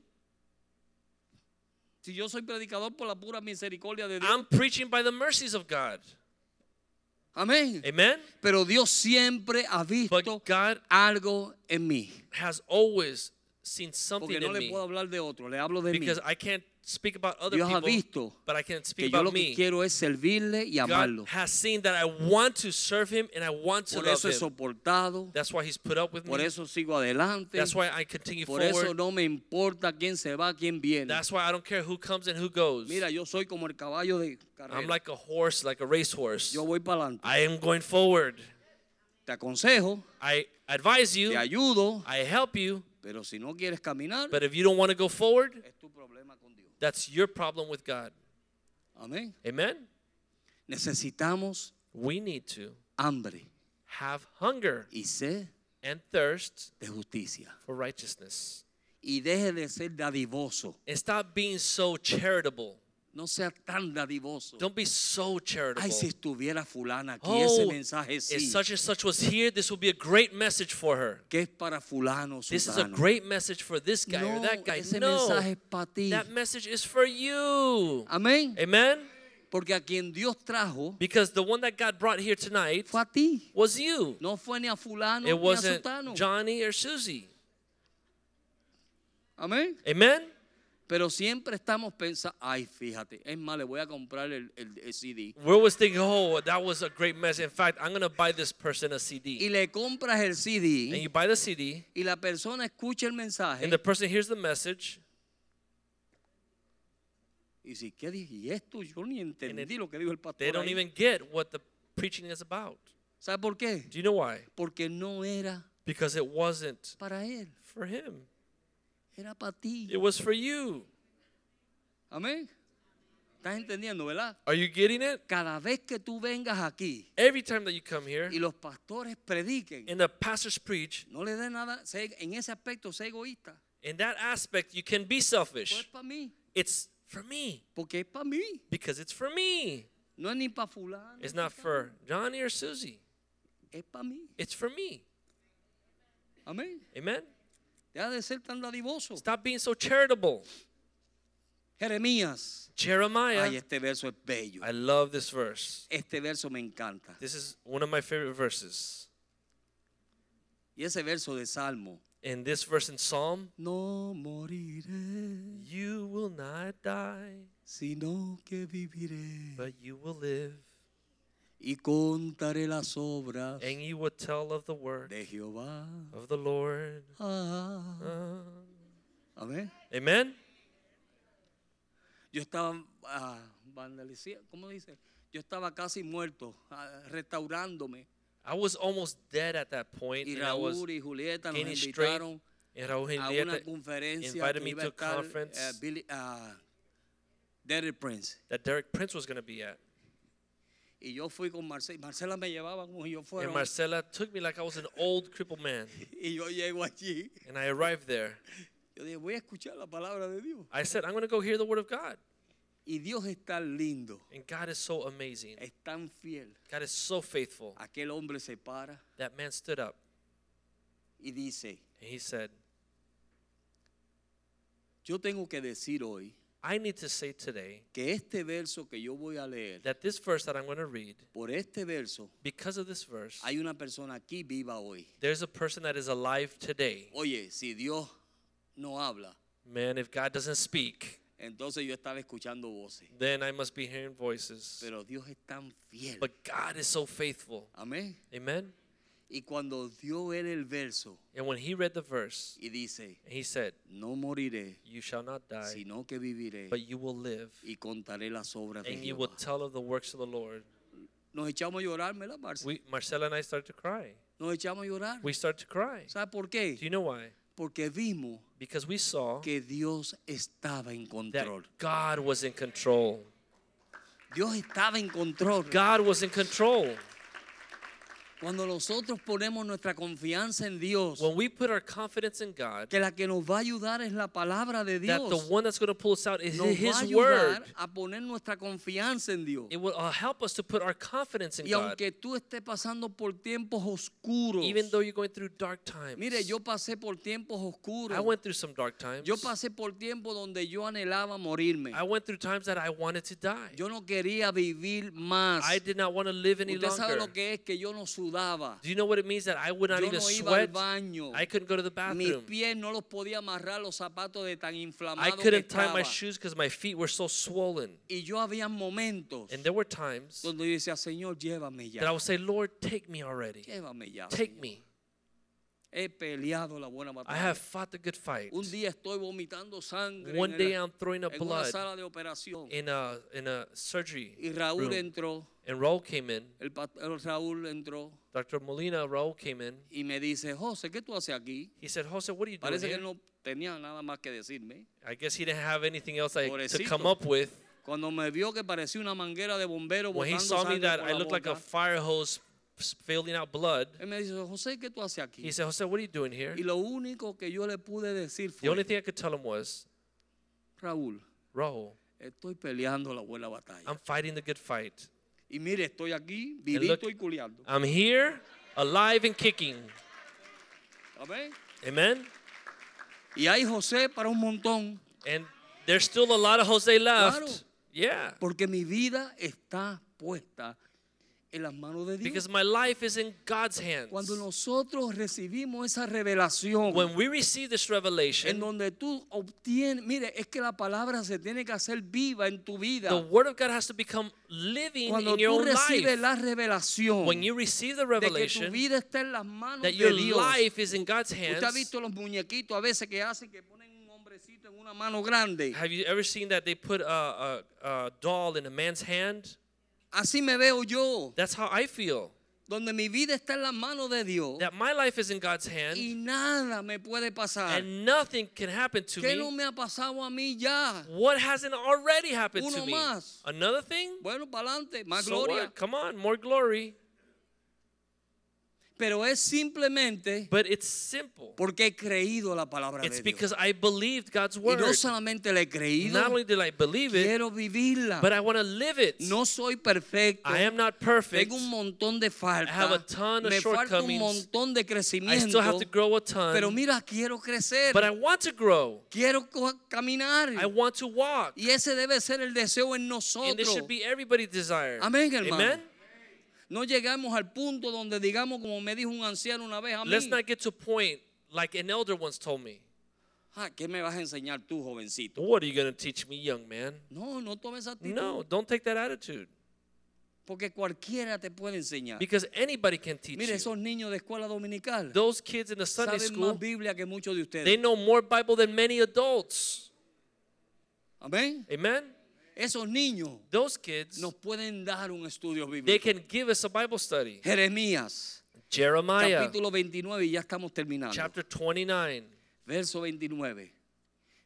Speaker 3: Si yo soy predicador por la pura misericordia de Dios.
Speaker 4: I'm preaching by the mercies of God.
Speaker 3: Amén.
Speaker 4: Amen.
Speaker 3: Pero Dios siempre ha visto
Speaker 4: But God
Speaker 3: algo en mí.
Speaker 4: has always seen something
Speaker 3: Porque no
Speaker 4: in
Speaker 3: le
Speaker 4: me.
Speaker 3: puedo hablar de otro, le hablo de mí.
Speaker 4: Because I can't speak about other
Speaker 3: Dios ha
Speaker 4: people,
Speaker 3: visto
Speaker 4: but I can
Speaker 3: Que
Speaker 4: speak
Speaker 3: yo lo
Speaker 4: about
Speaker 3: que
Speaker 4: me.
Speaker 3: quiero es servirle y
Speaker 4: God
Speaker 3: amarlo.
Speaker 4: has seen that I want to serve Him and I want to
Speaker 3: Por
Speaker 4: love
Speaker 3: eso he
Speaker 4: Him.
Speaker 3: soportado,
Speaker 4: That's why He's put up with
Speaker 3: por
Speaker 4: me.
Speaker 3: eso sigo adelante,
Speaker 4: That's why I continue
Speaker 3: por eso
Speaker 4: forward.
Speaker 3: no me importa quién se va, quién viene.
Speaker 4: That's why I don't care who comes and who goes.
Speaker 3: Mira, yo soy como el caballo de
Speaker 4: I'm
Speaker 3: carrera.
Speaker 4: like a horse, like a racehorse.
Speaker 3: Yo voy para adelante.
Speaker 4: I am going forward.
Speaker 3: Te aconsejo,
Speaker 4: I advise
Speaker 3: te
Speaker 4: you,
Speaker 3: ayudo,
Speaker 4: I help you,
Speaker 3: pero si no quieres caminar,
Speaker 4: but if you don't want to go forward,
Speaker 3: es tu problema con Dios.
Speaker 4: that's your problem with God.
Speaker 3: Amén.
Speaker 4: Amen?
Speaker 3: Necesitamos
Speaker 4: We need to
Speaker 3: hambre
Speaker 4: have hunger
Speaker 3: y sed
Speaker 4: and thirst
Speaker 3: de justicia.
Speaker 4: for righteousness.
Speaker 3: Y deje de ser dadivoso.
Speaker 4: And stop being so charitable.
Speaker 3: No sea tan dadivoso.
Speaker 4: Don't be so charitable.
Speaker 3: Ay, si estuviera fulana aquí, ese
Speaker 4: oh,
Speaker 3: mensaje
Speaker 4: if
Speaker 3: sí,
Speaker 4: such and such was here, this would be a great message for her.
Speaker 3: que es para fulano,
Speaker 4: This is a
Speaker 3: sutano.
Speaker 4: great message for this guy or
Speaker 3: no,
Speaker 4: that guy.
Speaker 3: ese
Speaker 4: no,
Speaker 3: mensaje es para ti.
Speaker 4: that message is for you.
Speaker 3: Amén.
Speaker 4: Amen?
Speaker 3: Porque a quien Dios trajo
Speaker 4: Because the one that God brought here tonight
Speaker 3: fue a ti.
Speaker 4: was you.
Speaker 3: No fue ni a fulano ni
Speaker 4: It
Speaker 3: a
Speaker 4: wasn't
Speaker 3: sutano.
Speaker 4: Johnny or Susie.
Speaker 3: Amén.
Speaker 4: Amen?
Speaker 3: Pero siempre estamos pensando, ay, fíjate, es más, le voy a comprar el, el- el CD.
Speaker 4: We're always thinking, oh, that was a great message. In fact, I'm going to buy this person a
Speaker 3: Y
Speaker 4: CD.
Speaker 3: le compras el
Speaker 4: And
Speaker 3: CD
Speaker 4: you buy the CD,
Speaker 3: y la persona escucha el mensaje
Speaker 4: and the person hears the message,
Speaker 3: y dice, ¿qué dije? Y esto yo ni entendí
Speaker 4: it-
Speaker 3: lo que dijo el pastor.
Speaker 4: they don't
Speaker 3: ahí".
Speaker 4: even get what the preaching is about.
Speaker 3: ¿Sabe por qué?
Speaker 4: Do you know why?
Speaker 3: Porque no era
Speaker 4: Because it wasn't
Speaker 3: para él,
Speaker 4: for him.
Speaker 3: era para ti.
Speaker 4: It was for you.
Speaker 3: Amén. ¿Estás entendiendo, verdad?
Speaker 4: Are you getting it?
Speaker 3: Cada vez que tú vengas aquí
Speaker 4: Every time that you come here
Speaker 3: y los pastores prediquen,
Speaker 4: and the pastors preach,
Speaker 3: no le des nada, sé- en ese aspecto sé egoísta.
Speaker 4: in that aspect, you can be
Speaker 3: Pues es
Speaker 4: selfish.
Speaker 3: para mí,
Speaker 4: It's for me
Speaker 3: porque es para mí,
Speaker 4: because it's for me.
Speaker 3: no es ni para fulano.
Speaker 4: It's not for Johnny or Susie.
Speaker 3: es para mí.
Speaker 4: It's for me.
Speaker 3: Amén.
Speaker 4: Amen.
Speaker 3: Deja de ser tan dadivoso.
Speaker 4: Stop being so charitable.
Speaker 3: Jeremías. Ay, eh.
Speaker 4: Jeremiah.
Speaker 3: este verso es bello.
Speaker 4: I love this verse.
Speaker 3: Este verso me encanta.
Speaker 4: This is one of my favorite verses.
Speaker 3: Y ese verso de Salmo.
Speaker 4: In this verse in Psalm,
Speaker 3: No moriré,
Speaker 4: you will not die,
Speaker 3: sino que viviré.
Speaker 4: but you will live,
Speaker 3: Y contaré las obras
Speaker 4: and you will tell of the work
Speaker 3: de Jehová.
Speaker 4: of the Lord.
Speaker 3: Ah.
Speaker 4: Uh,
Speaker 3: Amén.
Speaker 4: amen.
Speaker 3: Yo estaba ah, vandalizando, ¿cómo dice? Yo estaba casi muerto, ah, restaurándome.
Speaker 4: I was almost dead at that point,
Speaker 3: Y
Speaker 4: and I was
Speaker 3: Raúl y Julieta nos
Speaker 4: gaining strength.
Speaker 3: invitaron
Speaker 4: And Raúl
Speaker 3: a una
Speaker 4: Henrietta
Speaker 3: conferencia
Speaker 4: invited
Speaker 3: que
Speaker 4: me
Speaker 3: iba a
Speaker 4: to a
Speaker 3: estar eh,
Speaker 4: conference
Speaker 3: Billy- ah, Derrick Prince.
Speaker 4: that Derek Prince was going to be at.
Speaker 3: Y yo fui con Marcela. Marcela me llevaba como si yo fuera.
Speaker 4: And
Speaker 3: un-
Speaker 4: Marcela took me like I was an old crippled man.
Speaker 3: Y yo llego allí.
Speaker 4: And I arrived there.
Speaker 3: Yo dije, voy a escuchar la palabra de Dios.
Speaker 4: I said, I'm going to go hear the word of God.
Speaker 3: Y Dios es tan lindo,
Speaker 4: And God is so amazing.
Speaker 3: es tan fiel.
Speaker 4: God is so faithful.
Speaker 3: Aquel hombre se para
Speaker 4: That man stood up
Speaker 3: y dice,
Speaker 4: and he said,
Speaker 3: yo tengo que decir hoy
Speaker 4: I need to say today
Speaker 3: que este verso que yo voy a leer,
Speaker 4: that this verse that I'm going to read,
Speaker 3: por este verso,
Speaker 4: because of this verse,
Speaker 3: hay una persona aquí viva hoy.
Speaker 4: there's a person that is alive today.
Speaker 3: Oye, si Dios no habla,
Speaker 4: Man, if God doesn't speak,
Speaker 3: entonces yo estaba escuchando voces.
Speaker 4: then I must be hearing voices.
Speaker 3: Pero Dios es tan fiel.
Speaker 4: But God is so faithful.
Speaker 3: Amén.
Speaker 4: Amen.
Speaker 3: Y cuando dio él el verso
Speaker 4: And when he read the verse,
Speaker 3: y dice,
Speaker 4: he said,
Speaker 3: no moriré,
Speaker 4: You shall not die,
Speaker 3: sino que viviré
Speaker 4: but you will live,
Speaker 3: y contaré las obras de
Speaker 4: and you will
Speaker 3: Jehová.
Speaker 4: tell of the works of the Lord.
Speaker 3: Nos echamos a llorar, ¿verdad, Marce?
Speaker 4: We, Marcela and I started to cry.
Speaker 3: Nos echamos a llorar.
Speaker 4: We started to cry.
Speaker 3: ¿Sabe por
Speaker 4: Do you
Speaker 3: qué?
Speaker 4: know why?
Speaker 3: Porque vimos
Speaker 4: Because we saw
Speaker 3: que Dios estaba en
Speaker 4: that
Speaker 3: control.
Speaker 4: God was in control.
Speaker 3: Dios estaba en control.
Speaker 4: God was in control.
Speaker 3: Cuando nosotros ponemos nuestra confianza en Dios,
Speaker 4: When we put our confidence in God,
Speaker 3: que la que nos va a ayudar es la palabra de
Speaker 4: that the
Speaker 3: Dios,
Speaker 4: one that's going to pull us out is
Speaker 3: nos va a
Speaker 4: His
Speaker 3: ayudar
Speaker 4: Word.
Speaker 3: a poner nuestra confianza en Dios.
Speaker 4: It will uh, help us to put our confidence in
Speaker 3: Y
Speaker 4: God,
Speaker 3: aunque tú estés pasando por tiempos oscuros,
Speaker 4: even though you're going through dark times.
Speaker 3: mire, yo pasé por tiempos oscuros.
Speaker 4: I went through some dark times.
Speaker 3: Yo pasé por tiempos donde yo anhelaba morirme.
Speaker 4: I went through times that I wanted to die.
Speaker 3: Yo no quería vivir más.
Speaker 4: I did not want to live any
Speaker 3: Usted sabe
Speaker 4: longer.
Speaker 3: lo que es que yo no sudaba.
Speaker 4: Do you know what it means that I would not
Speaker 3: Yo
Speaker 4: even
Speaker 3: no iba al
Speaker 4: sweat?
Speaker 3: baño.
Speaker 4: I couldn't go to the
Speaker 3: Mis
Speaker 4: bathroom.
Speaker 3: pies no los podía amarrar los zapatos de tan
Speaker 4: I
Speaker 3: inflamado que
Speaker 4: couldn't tie my
Speaker 3: estaba.
Speaker 4: shoes because my feet were so swollen.
Speaker 3: Y yo había momentos
Speaker 4: And there were times
Speaker 3: donde yo decía, Señor, llévame
Speaker 4: that I
Speaker 3: ya.
Speaker 4: would say, Lord, take me already.
Speaker 3: Llévame ya.
Speaker 4: Take
Speaker 3: Señor.
Speaker 4: me.
Speaker 3: He peleado la buena
Speaker 4: I
Speaker 3: batalla.
Speaker 4: have fought the good fight.
Speaker 3: Un día estoy vomitando sangre
Speaker 4: One
Speaker 3: en,
Speaker 4: day
Speaker 3: el-
Speaker 4: I'm throwing up
Speaker 3: en una
Speaker 4: blood
Speaker 3: sala de operación.
Speaker 4: in a in a surgery.
Speaker 3: Y Raúl
Speaker 4: room.
Speaker 3: entró,
Speaker 4: And Raul came in.
Speaker 3: el, pa- el Raúl entró
Speaker 4: Dr. Molina, Raul came in.
Speaker 3: y me dice, José, ¿qué tú haces aquí?
Speaker 4: He said, Jose, what are you doing?
Speaker 3: Parece que
Speaker 4: here?"
Speaker 3: él no tenía nada más que decirme.
Speaker 4: I guess he didn't have anything else like, to come
Speaker 3: Pobrecito.
Speaker 4: up with.
Speaker 3: Cuando me vio que parecía una manguera de bombero
Speaker 4: When he
Speaker 3: botando
Speaker 4: saw me
Speaker 3: sangre
Speaker 4: that
Speaker 3: por
Speaker 4: I
Speaker 3: la
Speaker 4: looked like a
Speaker 3: boca,
Speaker 4: fire hose s- spilling out blood,
Speaker 3: él me dice, José, ¿qué tú haces aquí?
Speaker 4: he said, Jose, what are you doing here?
Speaker 3: Y lo único que yo le pude decir
Speaker 4: The only
Speaker 3: fue,
Speaker 4: thing I could tell him was,
Speaker 3: Raúl,
Speaker 4: Raul,
Speaker 3: estoy peleando la buena batalla.
Speaker 4: I'm fighting the good fight.
Speaker 3: Y mire, estoy aquí,
Speaker 4: And look-
Speaker 3: vivito y culeando.
Speaker 4: I'm here, alive and kicking.
Speaker 3: Amén.
Speaker 4: Amen?
Speaker 3: Y hay José para un montón,
Speaker 4: And there's still a lot of Jose left.
Speaker 3: Claro.
Speaker 4: Yeah.
Speaker 3: porque mi vida está puesta en las manos de Dios.
Speaker 4: Because my life is in God's hands.
Speaker 3: Cuando nosotros recibimos esa revelación
Speaker 4: When we receive this
Speaker 3: en
Speaker 4: revelation,
Speaker 3: donde tú obtienes, mire, es que la palabra se tiene que hacer viva en tu vida.
Speaker 4: the Word of God has to become living
Speaker 3: Cuando
Speaker 4: in your
Speaker 3: tú
Speaker 4: own
Speaker 3: recibes
Speaker 4: life.
Speaker 3: la revelación
Speaker 4: When you receive the
Speaker 3: de que tu
Speaker 4: revelation
Speaker 3: vida está en las manos
Speaker 4: that
Speaker 3: de
Speaker 4: your
Speaker 3: Dios.
Speaker 4: life is in God's
Speaker 3: Usted ha
Speaker 4: hands,
Speaker 3: visto los muñequitos a veces que hacen que ponen un hombrecito en una mano grande.
Speaker 4: have you ever seen that they put a, a, a doll in a man's hand?
Speaker 3: Así me veo yo,
Speaker 4: That's how I feel.
Speaker 3: donde mi vida está en las manos de Dios
Speaker 4: That my life is in God's
Speaker 3: y
Speaker 4: hand
Speaker 3: nada me puede pasar.
Speaker 4: and nothing can happen to
Speaker 3: ¿Qué no
Speaker 4: me.
Speaker 3: me ha pasado a mí ya?
Speaker 4: What hasn't already happened
Speaker 3: Uno
Speaker 4: to me?
Speaker 3: más.
Speaker 4: Another thing?
Speaker 3: Bueno, para adelante, más
Speaker 4: So
Speaker 3: gloria.
Speaker 4: what? Come on, more glory.
Speaker 3: Pero es simplemente
Speaker 4: But it's simple.
Speaker 3: porque he creído la palabra
Speaker 4: It's
Speaker 3: de Dios.
Speaker 4: because I believed God's
Speaker 3: Y
Speaker 4: word.
Speaker 3: no solamente la he creído,
Speaker 4: Not only did I believe it,
Speaker 3: quiero vivirla.
Speaker 4: but I want to live it.
Speaker 3: Ah. No um soy perfecto.
Speaker 4: I am not perfect.
Speaker 3: Tengo un montón de faltas.
Speaker 4: I have a ton of
Speaker 3: Me falta un
Speaker 4: shortcomings.
Speaker 3: montón de
Speaker 4: I still have
Speaker 3: crecimiento.
Speaker 4: to grow a
Speaker 3: Pero
Speaker 4: ton.
Speaker 3: mira, quiero crecer.
Speaker 4: But I want to grow.
Speaker 3: Quiero co- caminar.
Speaker 4: I want to walk.
Speaker 3: Y ese debe ser el deseo en
Speaker 4: And this
Speaker 3: nosotros.
Speaker 4: should be everybody's desire.
Speaker 3: Amén, hermano.
Speaker 4: Amen.
Speaker 3: No llegamos al punto donde digamos, como me dijo un anciano una vez a mí,
Speaker 4: Let's not get to a point like an elder once told me.
Speaker 3: "Ah, ¿qué me vas a enseñar tú, jovencito?
Speaker 4: What are you going to teach me, young man?
Speaker 3: No, no tomes actitud.
Speaker 4: No, don't take that attitude.
Speaker 3: ah. Porque cualquiera te puede enseñar.
Speaker 4: Because anybody can teach
Speaker 3: Mire, esos
Speaker 4: you.
Speaker 3: niños de escuela dominical
Speaker 4: Those kids in the Sunday
Speaker 3: saben más
Speaker 4: school,
Speaker 3: Biblia que muchos de ustedes.
Speaker 4: they know more Bible than many adults.
Speaker 3: Amén.
Speaker 4: Amen?
Speaker 3: Esos niños
Speaker 4: Those kids,
Speaker 3: nos pueden dar un estudio
Speaker 4: they
Speaker 3: bíblico.
Speaker 4: can give us a Bible study.
Speaker 3: Jeremías,
Speaker 4: Jeremiah
Speaker 3: capítulo 29, y ya estamos terminando.
Speaker 4: chapter 29,
Speaker 3: Verso 29.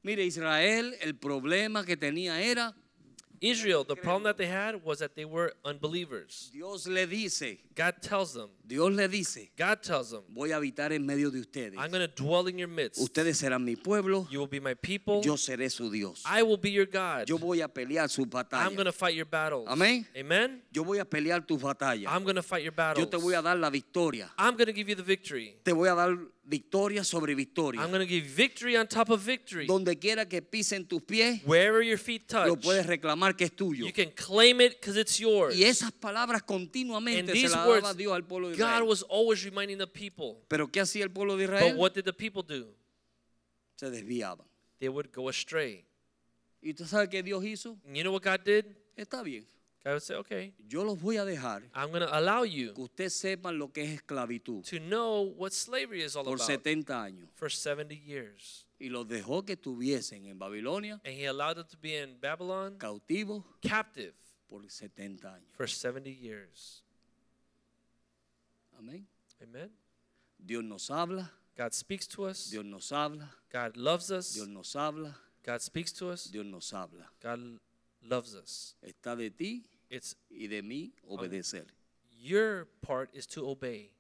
Speaker 3: Mire, Israel, el problema que tenía era,
Speaker 4: Israel, the problem that they had was that they were unbelievers.
Speaker 3: Dios le dice,
Speaker 4: God tells them,
Speaker 3: Dios le dice,
Speaker 4: God tells them,
Speaker 3: voy a habitar en medio de ustedes.
Speaker 4: I'm going to dwell in your midst.
Speaker 3: Ustedes serán mi pueblo,
Speaker 4: You will be my people.
Speaker 3: yo seré su Dios.
Speaker 4: I will be your God.
Speaker 3: Yo voy a pelear sus
Speaker 4: I'm going
Speaker 3: batallas.
Speaker 4: to fight your battles.
Speaker 3: Amén.
Speaker 4: Amen.
Speaker 3: Yo voy a pelear tus batallas.
Speaker 4: I'm going to fight your battles.
Speaker 3: Yo te voy a dar la victoria.
Speaker 4: I'm going to give you the victory.
Speaker 3: Te voy a dar victoria sobre victoria.
Speaker 4: I'm going to give you victory on top of victory.
Speaker 3: Donde quiera que pisen tus pies,
Speaker 4: Wherever your feet
Speaker 3: lo
Speaker 4: touch,
Speaker 3: puedes reclamar que es tuyo.
Speaker 4: you can claim it because it's yours.
Speaker 3: Y esas palabras
Speaker 4: And
Speaker 3: continuamente se
Speaker 4: these
Speaker 3: las
Speaker 4: words,
Speaker 3: daba Dios al pueblo de
Speaker 4: God
Speaker 3: Israel.
Speaker 4: was always reminding the people.
Speaker 3: Pero ¿qué hacía el pueblo de
Speaker 4: But
Speaker 3: Israel?
Speaker 4: what did the people do?
Speaker 3: Se desviaban.
Speaker 4: They would go astray.
Speaker 3: ¿Y usted sabe qué Dios hizo?
Speaker 4: And you know what God did?
Speaker 3: Está bien.
Speaker 4: God would say, okay,
Speaker 3: Yo los voy a dejar
Speaker 4: I'm going to allow you
Speaker 3: que usted sepan lo que es esclavitud
Speaker 4: to know what slavery is all
Speaker 3: por
Speaker 4: about
Speaker 3: 70 años.
Speaker 4: for 70 years.
Speaker 3: Y los dejó que estuviesen en Babilonia
Speaker 4: And he allowed them to be in Babylon
Speaker 3: cautivos
Speaker 4: captive
Speaker 3: por 70 años.
Speaker 4: for 70 years.
Speaker 3: Amén.
Speaker 4: Amen.
Speaker 3: Dios nos habla,
Speaker 4: God speaks to us.
Speaker 3: Dios nos habla,
Speaker 4: God loves us.
Speaker 3: Dios nos habla,
Speaker 4: God speaks to us.
Speaker 3: Dios nos habla.
Speaker 4: God loves us.
Speaker 3: Está de ti
Speaker 4: It's
Speaker 3: y de mí obedecer.
Speaker 4: your part is to obey.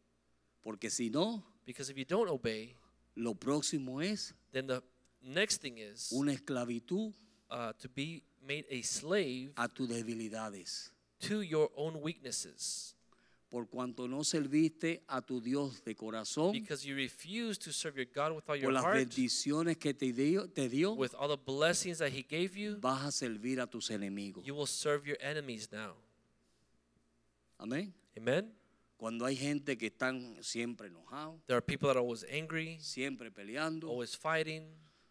Speaker 3: Porque si no,
Speaker 4: Because if you don't obey,
Speaker 3: lo próximo es
Speaker 4: then the next thing is
Speaker 3: una esclavitud
Speaker 4: uh, to be made a slave
Speaker 3: a tus debilidades.
Speaker 4: to your own weaknesses
Speaker 3: Por cuanto no serviste a tu Dios de corazón,
Speaker 4: because you refuse to serve your God with
Speaker 3: por
Speaker 4: all your
Speaker 3: las
Speaker 4: heart,
Speaker 3: bendiciones que te dio, te dio
Speaker 4: with all the blessings that He gave you.
Speaker 3: vas a servir a tus enemigos.
Speaker 4: You will serve your enemies now.
Speaker 3: Amén.
Speaker 4: Amen.
Speaker 3: Cuando hay gente que están siempre enojados,
Speaker 4: There are people that are always angry,
Speaker 3: siempre peleando,
Speaker 4: always fighting,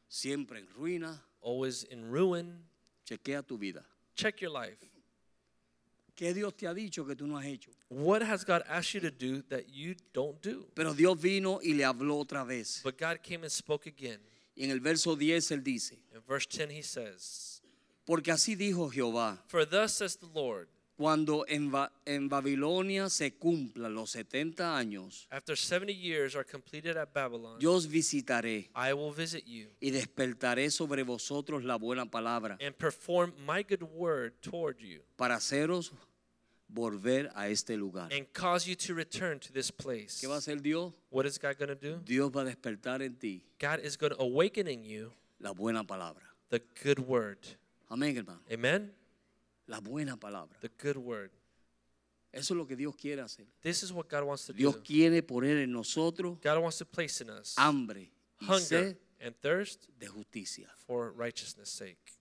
Speaker 3: siempre en ruina,
Speaker 4: always in ruin.
Speaker 3: chequea tu vida.
Speaker 4: Check your life.
Speaker 3: ¿Qué Dios te ha dicho que tú no has hecho?
Speaker 4: What has God asked you to do that you don't do?
Speaker 3: Pero Dios vino y le habló otra vez.
Speaker 4: But God came and spoke again.
Speaker 3: Y en el verso 10 él dice,
Speaker 4: In verse 10, he says,
Speaker 3: porque así dijo Jehová,
Speaker 4: For thus says the Lord,
Speaker 3: cuando en, Ba- en Babilonia se cumplan los 70 años,
Speaker 4: after 70 years are completed at Babylon,
Speaker 3: yo os visitaré
Speaker 4: I will visit you
Speaker 3: y despertaré sobre vosotros la buena palabra
Speaker 4: and perform my good word toward you
Speaker 3: para haceros volver a este lugar.
Speaker 4: and cause you to return to this place.
Speaker 3: ¿Qué va a hacer Dios?
Speaker 4: What is God going to do?
Speaker 3: Dios va a despertar en ti
Speaker 4: God is going to awaken in you
Speaker 3: la buena palabra.
Speaker 4: the good word.
Speaker 3: Amén, hermano.
Speaker 4: Amen?
Speaker 3: La buena palabra.
Speaker 4: The good word.
Speaker 3: Eso es lo que Dios quiere hacer.
Speaker 4: This is what God wants to do.
Speaker 3: Dios quiere poner en nosotros
Speaker 4: God wants to place in us
Speaker 3: hambre y
Speaker 4: hunger
Speaker 3: sed
Speaker 4: and thirst
Speaker 3: de justicia.
Speaker 4: for righteousness' sake.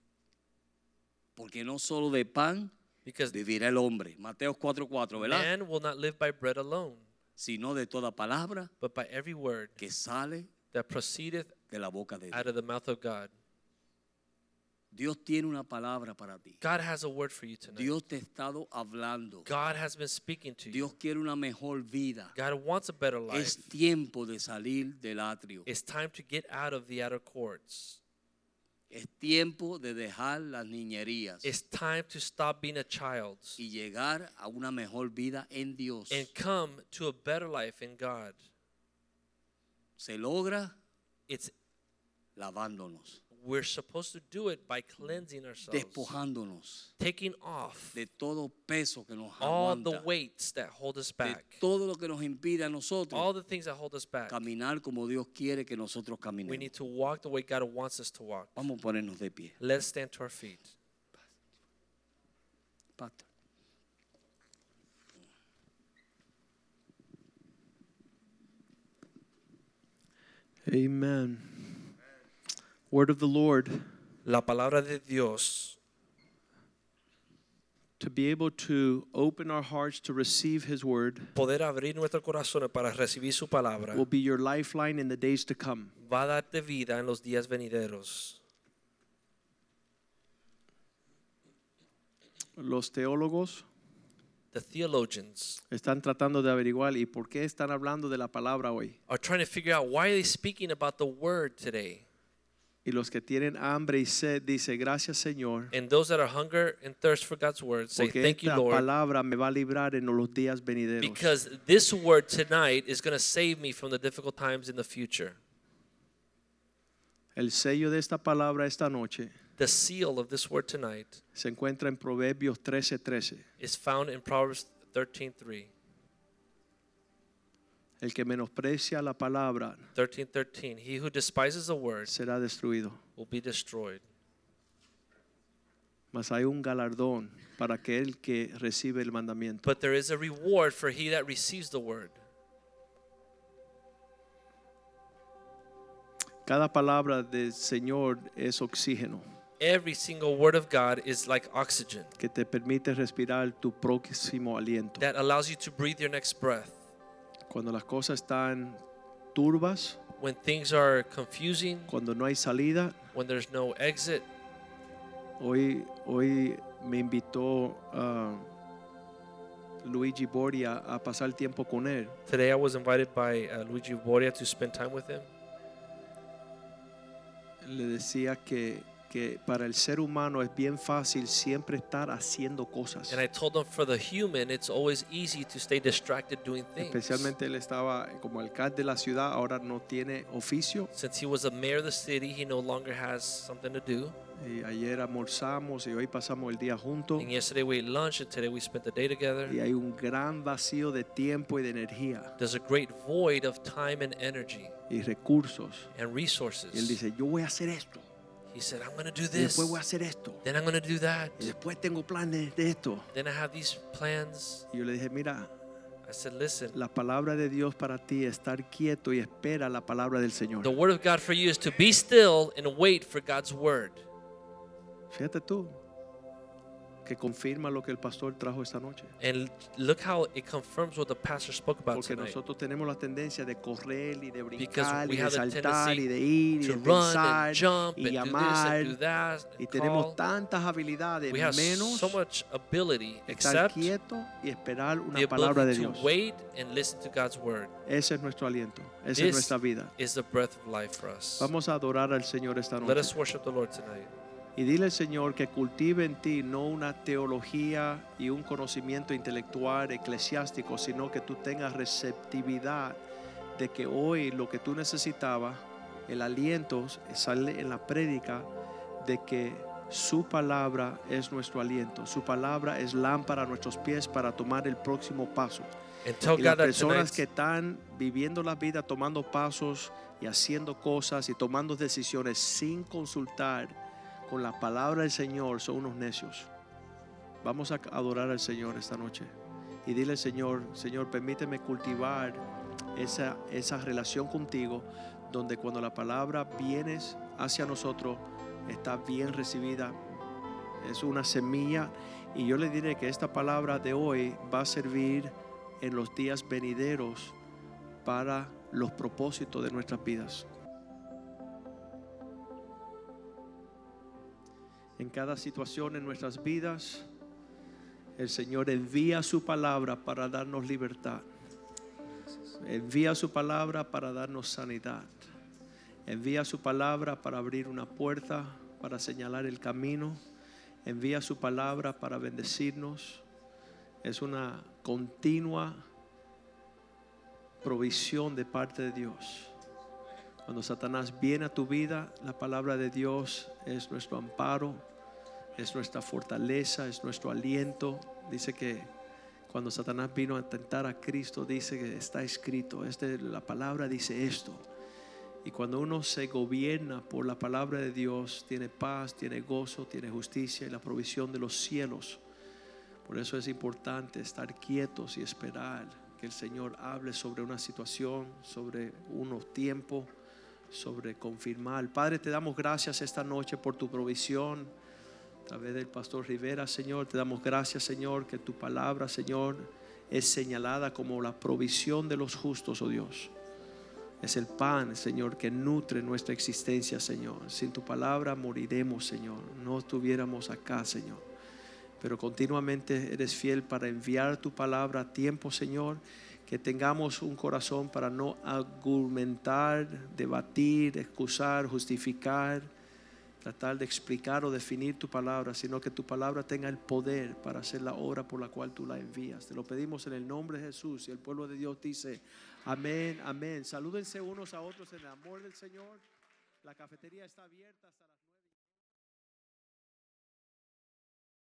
Speaker 3: Porque no solo de pan
Speaker 4: Because
Speaker 3: vivirá el hombre. Mateos 4:4, ¿verdad?
Speaker 4: man will not live by bread alone,
Speaker 3: Sino de toda palabra
Speaker 4: but by every word
Speaker 3: que sale
Speaker 4: that proceedeth
Speaker 3: de la boca de Dios.
Speaker 4: out of the mouth of God.
Speaker 3: Dios tiene una palabra para ti.
Speaker 4: God has a word for you tonight.
Speaker 3: Dios te ha estado hablando.
Speaker 4: God has been speaking to you.
Speaker 3: Dios quiere una mejor vida.
Speaker 4: God wants a better life.
Speaker 3: Es tiempo de salir del atrio.
Speaker 4: It's time to get out of the outer courts.
Speaker 3: Es tiempo de dejar las niñerías
Speaker 4: It's time to stop being a child
Speaker 3: y llegar a una mejor vida en Dios.
Speaker 4: and come to a better life in God.
Speaker 3: Se logra
Speaker 4: It's
Speaker 3: lavándonos,
Speaker 4: We're supposed to do it by cleansing ourselves,
Speaker 3: despojándonos
Speaker 4: taking off
Speaker 3: de todo peso que nos
Speaker 4: all the
Speaker 3: aguanta,
Speaker 4: weights that hold us
Speaker 3: de
Speaker 4: back,
Speaker 3: todo lo que nos impide a nosotros
Speaker 4: all the things that hold us back.
Speaker 3: caminar como Dios quiere que nosotros
Speaker 4: We
Speaker 3: caminemos.
Speaker 4: need to walk the way God wants us to walk.
Speaker 3: Vamos a ponernos de pie.
Speaker 4: Let's stand to our feet.
Speaker 3: Pastor.
Speaker 5: Amen. Word of the Lord.
Speaker 4: La palabra de Dios,
Speaker 5: To be able to open our hearts to receive His word
Speaker 4: poder abrir nuestro corazón para recibir su palabra,
Speaker 5: will be your lifeline in the days to come.
Speaker 4: va a darte vida en los días venideros.
Speaker 5: Los teólogos
Speaker 4: The theologians
Speaker 5: están tratando de averiguar y por qué están hablando de la palabra hoy.
Speaker 4: are trying to figure out why are they speaking about the word today.
Speaker 5: Y los que tienen hambre y sed dice gracias Señor,
Speaker 4: And those that are hunger and thirst for God's word say,
Speaker 5: porque
Speaker 4: Thank you,
Speaker 5: esta
Speaker 4: Lord,
Speaker 5: palabra me va a librar en los días venideros.
Speaker 4: because this word tonight is going to save me from the difficult times in the future.
Speaker 5: El sello de esta palabra esta noche
Speaker 4: The seal of this word tonight
Speaker 5: se encuentra en Proverbios 13:13.
Speaker 4: is found in Proverbs 13:3.
Speaker 5: El que menosprecia la palabra
Speaker 4: 13:13. He who despises the word
Speaker 5: será destruido,
Speaker 4: will be destroyed.
Speaker 5: mas hay un galardón para aquel que recibe el mandamiento.
Speaker 4: But there is a reward for he that receives the word.
Speaker 5: Cada palabra del Señor es oxígeno
Speaker 4: Every single word of God is like oxygen
Speaker 5: que te permite respirar tu próximo aliento.
Speaker 4: that allows you to breathe your next breath.
Speaker 5: Cuando las cosas están turbas,
Speaker 4: When things are confusing,
Speaker 5: cuando no hay salida,
Speaker 4: when there's no exit,
Speaker 5: hoy, hoy me invitó ah, Luigi Boria a pasar tiempo con él.
Speaker 4: Today I was invited by uh, Luigi Boria to spend time with him.
Speaker 5: Le decía que, que para el ser humano es bien fácil siempre estar haciendo cosas.
Speaker 4: And I told him for the human, it's always easy to stay distracted doing things.
Speaker 5: Especialmente él estaba como alcalde de la ciudad, ahora no tiene oficio.
Speaker 4: Since he was a mayor of the city, he no longer has something to do.
Speaker 5: Y Eh, ayer almorzamos y hoy pasamos el día juntos.
Speaker 4: And yesterday we ate lunch and today we spent the day together.
Speaker 5: Y hay un gran vacío de tiempo y de energía
Speaker 4: There's a great void of time and energy
Speaker 5: y recursos.
Speaker 4: and
Speaker 5: Y él
Speaker 4: resources.
Speaker 5: dice, yo voy a hacer esto,
Speaker 4: He said, I'm going to do
Speaker 5: y
Speaker 4: this.
Speaker 5: después voy a hacer esto,
Speaker 4: Then I'm going to do that.
Speaker 5: y después tengo planes de esto.
Speaker 4: Then I have these plans.
Speaker 5: Y yo le dije, mira,
Speaker 4: I said, listen,
Speaker 5: la palabra de Dios para ti es estar quieto y espera la palabra del Señor.
Speaker 4: the word of God for you is to be still and wait for God's word.
Speaker 5: Fíjate tú, que confirma lo que el pastor trajo esta noche.
Speaker 4: And look how it confirms what the pastor spoke about
Speaker 5: Porque
Speaker 4: tonight.
Speaker 5: nosotros tenemos la tendencia de correr y de
Speaker 4: Because
Speaker 5: brincar
Speaker 4: we
Speaker 5: y de
Speaker 4: have the
Speaker 5: saltar y
Speaker 4: tendency
Speaker 5: de ir y
Speaker 4: to
Speaker 5: de
Speaker 4: run
Speaker 5: pensar
Speaker 4: and jump
Speaker 5: y
Speaker 4: and do this
Speaker 5: llamar.
Speaker 4: and do that.
Speaker 5: Y
Speaker 4: and
Speaker 5: tenemos
Speaker 4: call.
Speaker 5: tantas habilidades
Speaker 4: we have
Speaker 5: menos
Speaker 4: so much ability
Speaker 5: estar
Speaker 4: except the
Speaker 5: quieto y esperar una palabra de
Speaker 4: ability to
Speaker 5: Dios.
Speaker 4: wait and listen to God's word.
Speaker 5: Ese es nuestro aliento, esa es
Speaker 4: This
Speaker 5: nuestra vida.
Speaker 4: is the breath of life for us.
Speaker 5: Vamos a adorar al Señor esta
Speaker 4: Let us
Speaker 5: noche.
Speaker 4: worship the Lord tonight.
Speaker 5: Y dile al Señor que cultive en ti no una teología y un conocimiento intelectual eclesiástico, sino que tú tengas receptividad de que hoy lo que tú necesitabas, el aliento sale en la prédica de que su palabra es nuestro aliento, su palabra es lámpara a nuestros pies para tomar el próximo paso.
Speaker 4: And tell
Speaker 5: Y las
Speaker 4: God that
Speaker 5: personas
Speaker 4: tonight,
Speaker 5: que están viviendo la vida tomando pasos y haciendo cosas y tomando decisiones sin consultar con la palabra del Señor son unos necios. Vamos a adorar al Señor esta noche y dile al Señor, Señor, permíteme cultivar esa, esa relación contigo donde cuando la palabra vienes hacia nosotros está bien recibida, es una semilla y yo le diré que esta palabra de hoy va a servir en los días venideros para los propósitos de nuestras vidas. En cada situación en nuestras vidas, el Señor envía su palabra para darnos libertad. Envía su palabra para darnos sanidad. Envía su palabra para abrir una puerta, para señalar el camino. Envía su palabra para bendecirnos. Es una continua provisión de parte de Dios. Cuando Satanás viene a tu vida, la palabra de Dios es nuestro amparo, es nuestra fortaleza, es nuestro aliento. Dice que cuando Satanás vino a tentar a Cristo, dice que está escrito, este, la palabra dice esto. Y cuando uno se gobierna por la palabra de Dios, tiene paz, tiene gozo, tiene justicia y la provisión de los cielos. Por eso es importante estar quietos y esperar que el Señor hable sobre una situación, sobre unos tiempos, sobre confirmar. Padre, te damos gracias esta noche por tu provisión. A través del pastor Rivera, Señor, te damos gracias, Señor, que tu palabra, Señor, es señalada como la provisión de los justos, oh Dios. Es el pan, Señor, que nutre nuestra existencia, Señor. Sin tu palabra moriremos, Señor. No estuviéramos acá, Señor. Pero continuamente eres fiel para enviar tu palabra a tiempo, Señor. Que tengamos un corazón para no argumentar, debatir, excusar, justificar, tratar de explicar o definir tu palabra, sino que tu palabra tenga el poder para hacer la obra por la cual tú la envías. Te lo pedimos en el nombre de Jesús y el pueblo de Dios dice, amén, amén. Salúdense unos a otros en el amor del Señor. La cafetería está abierta hasta las nueve.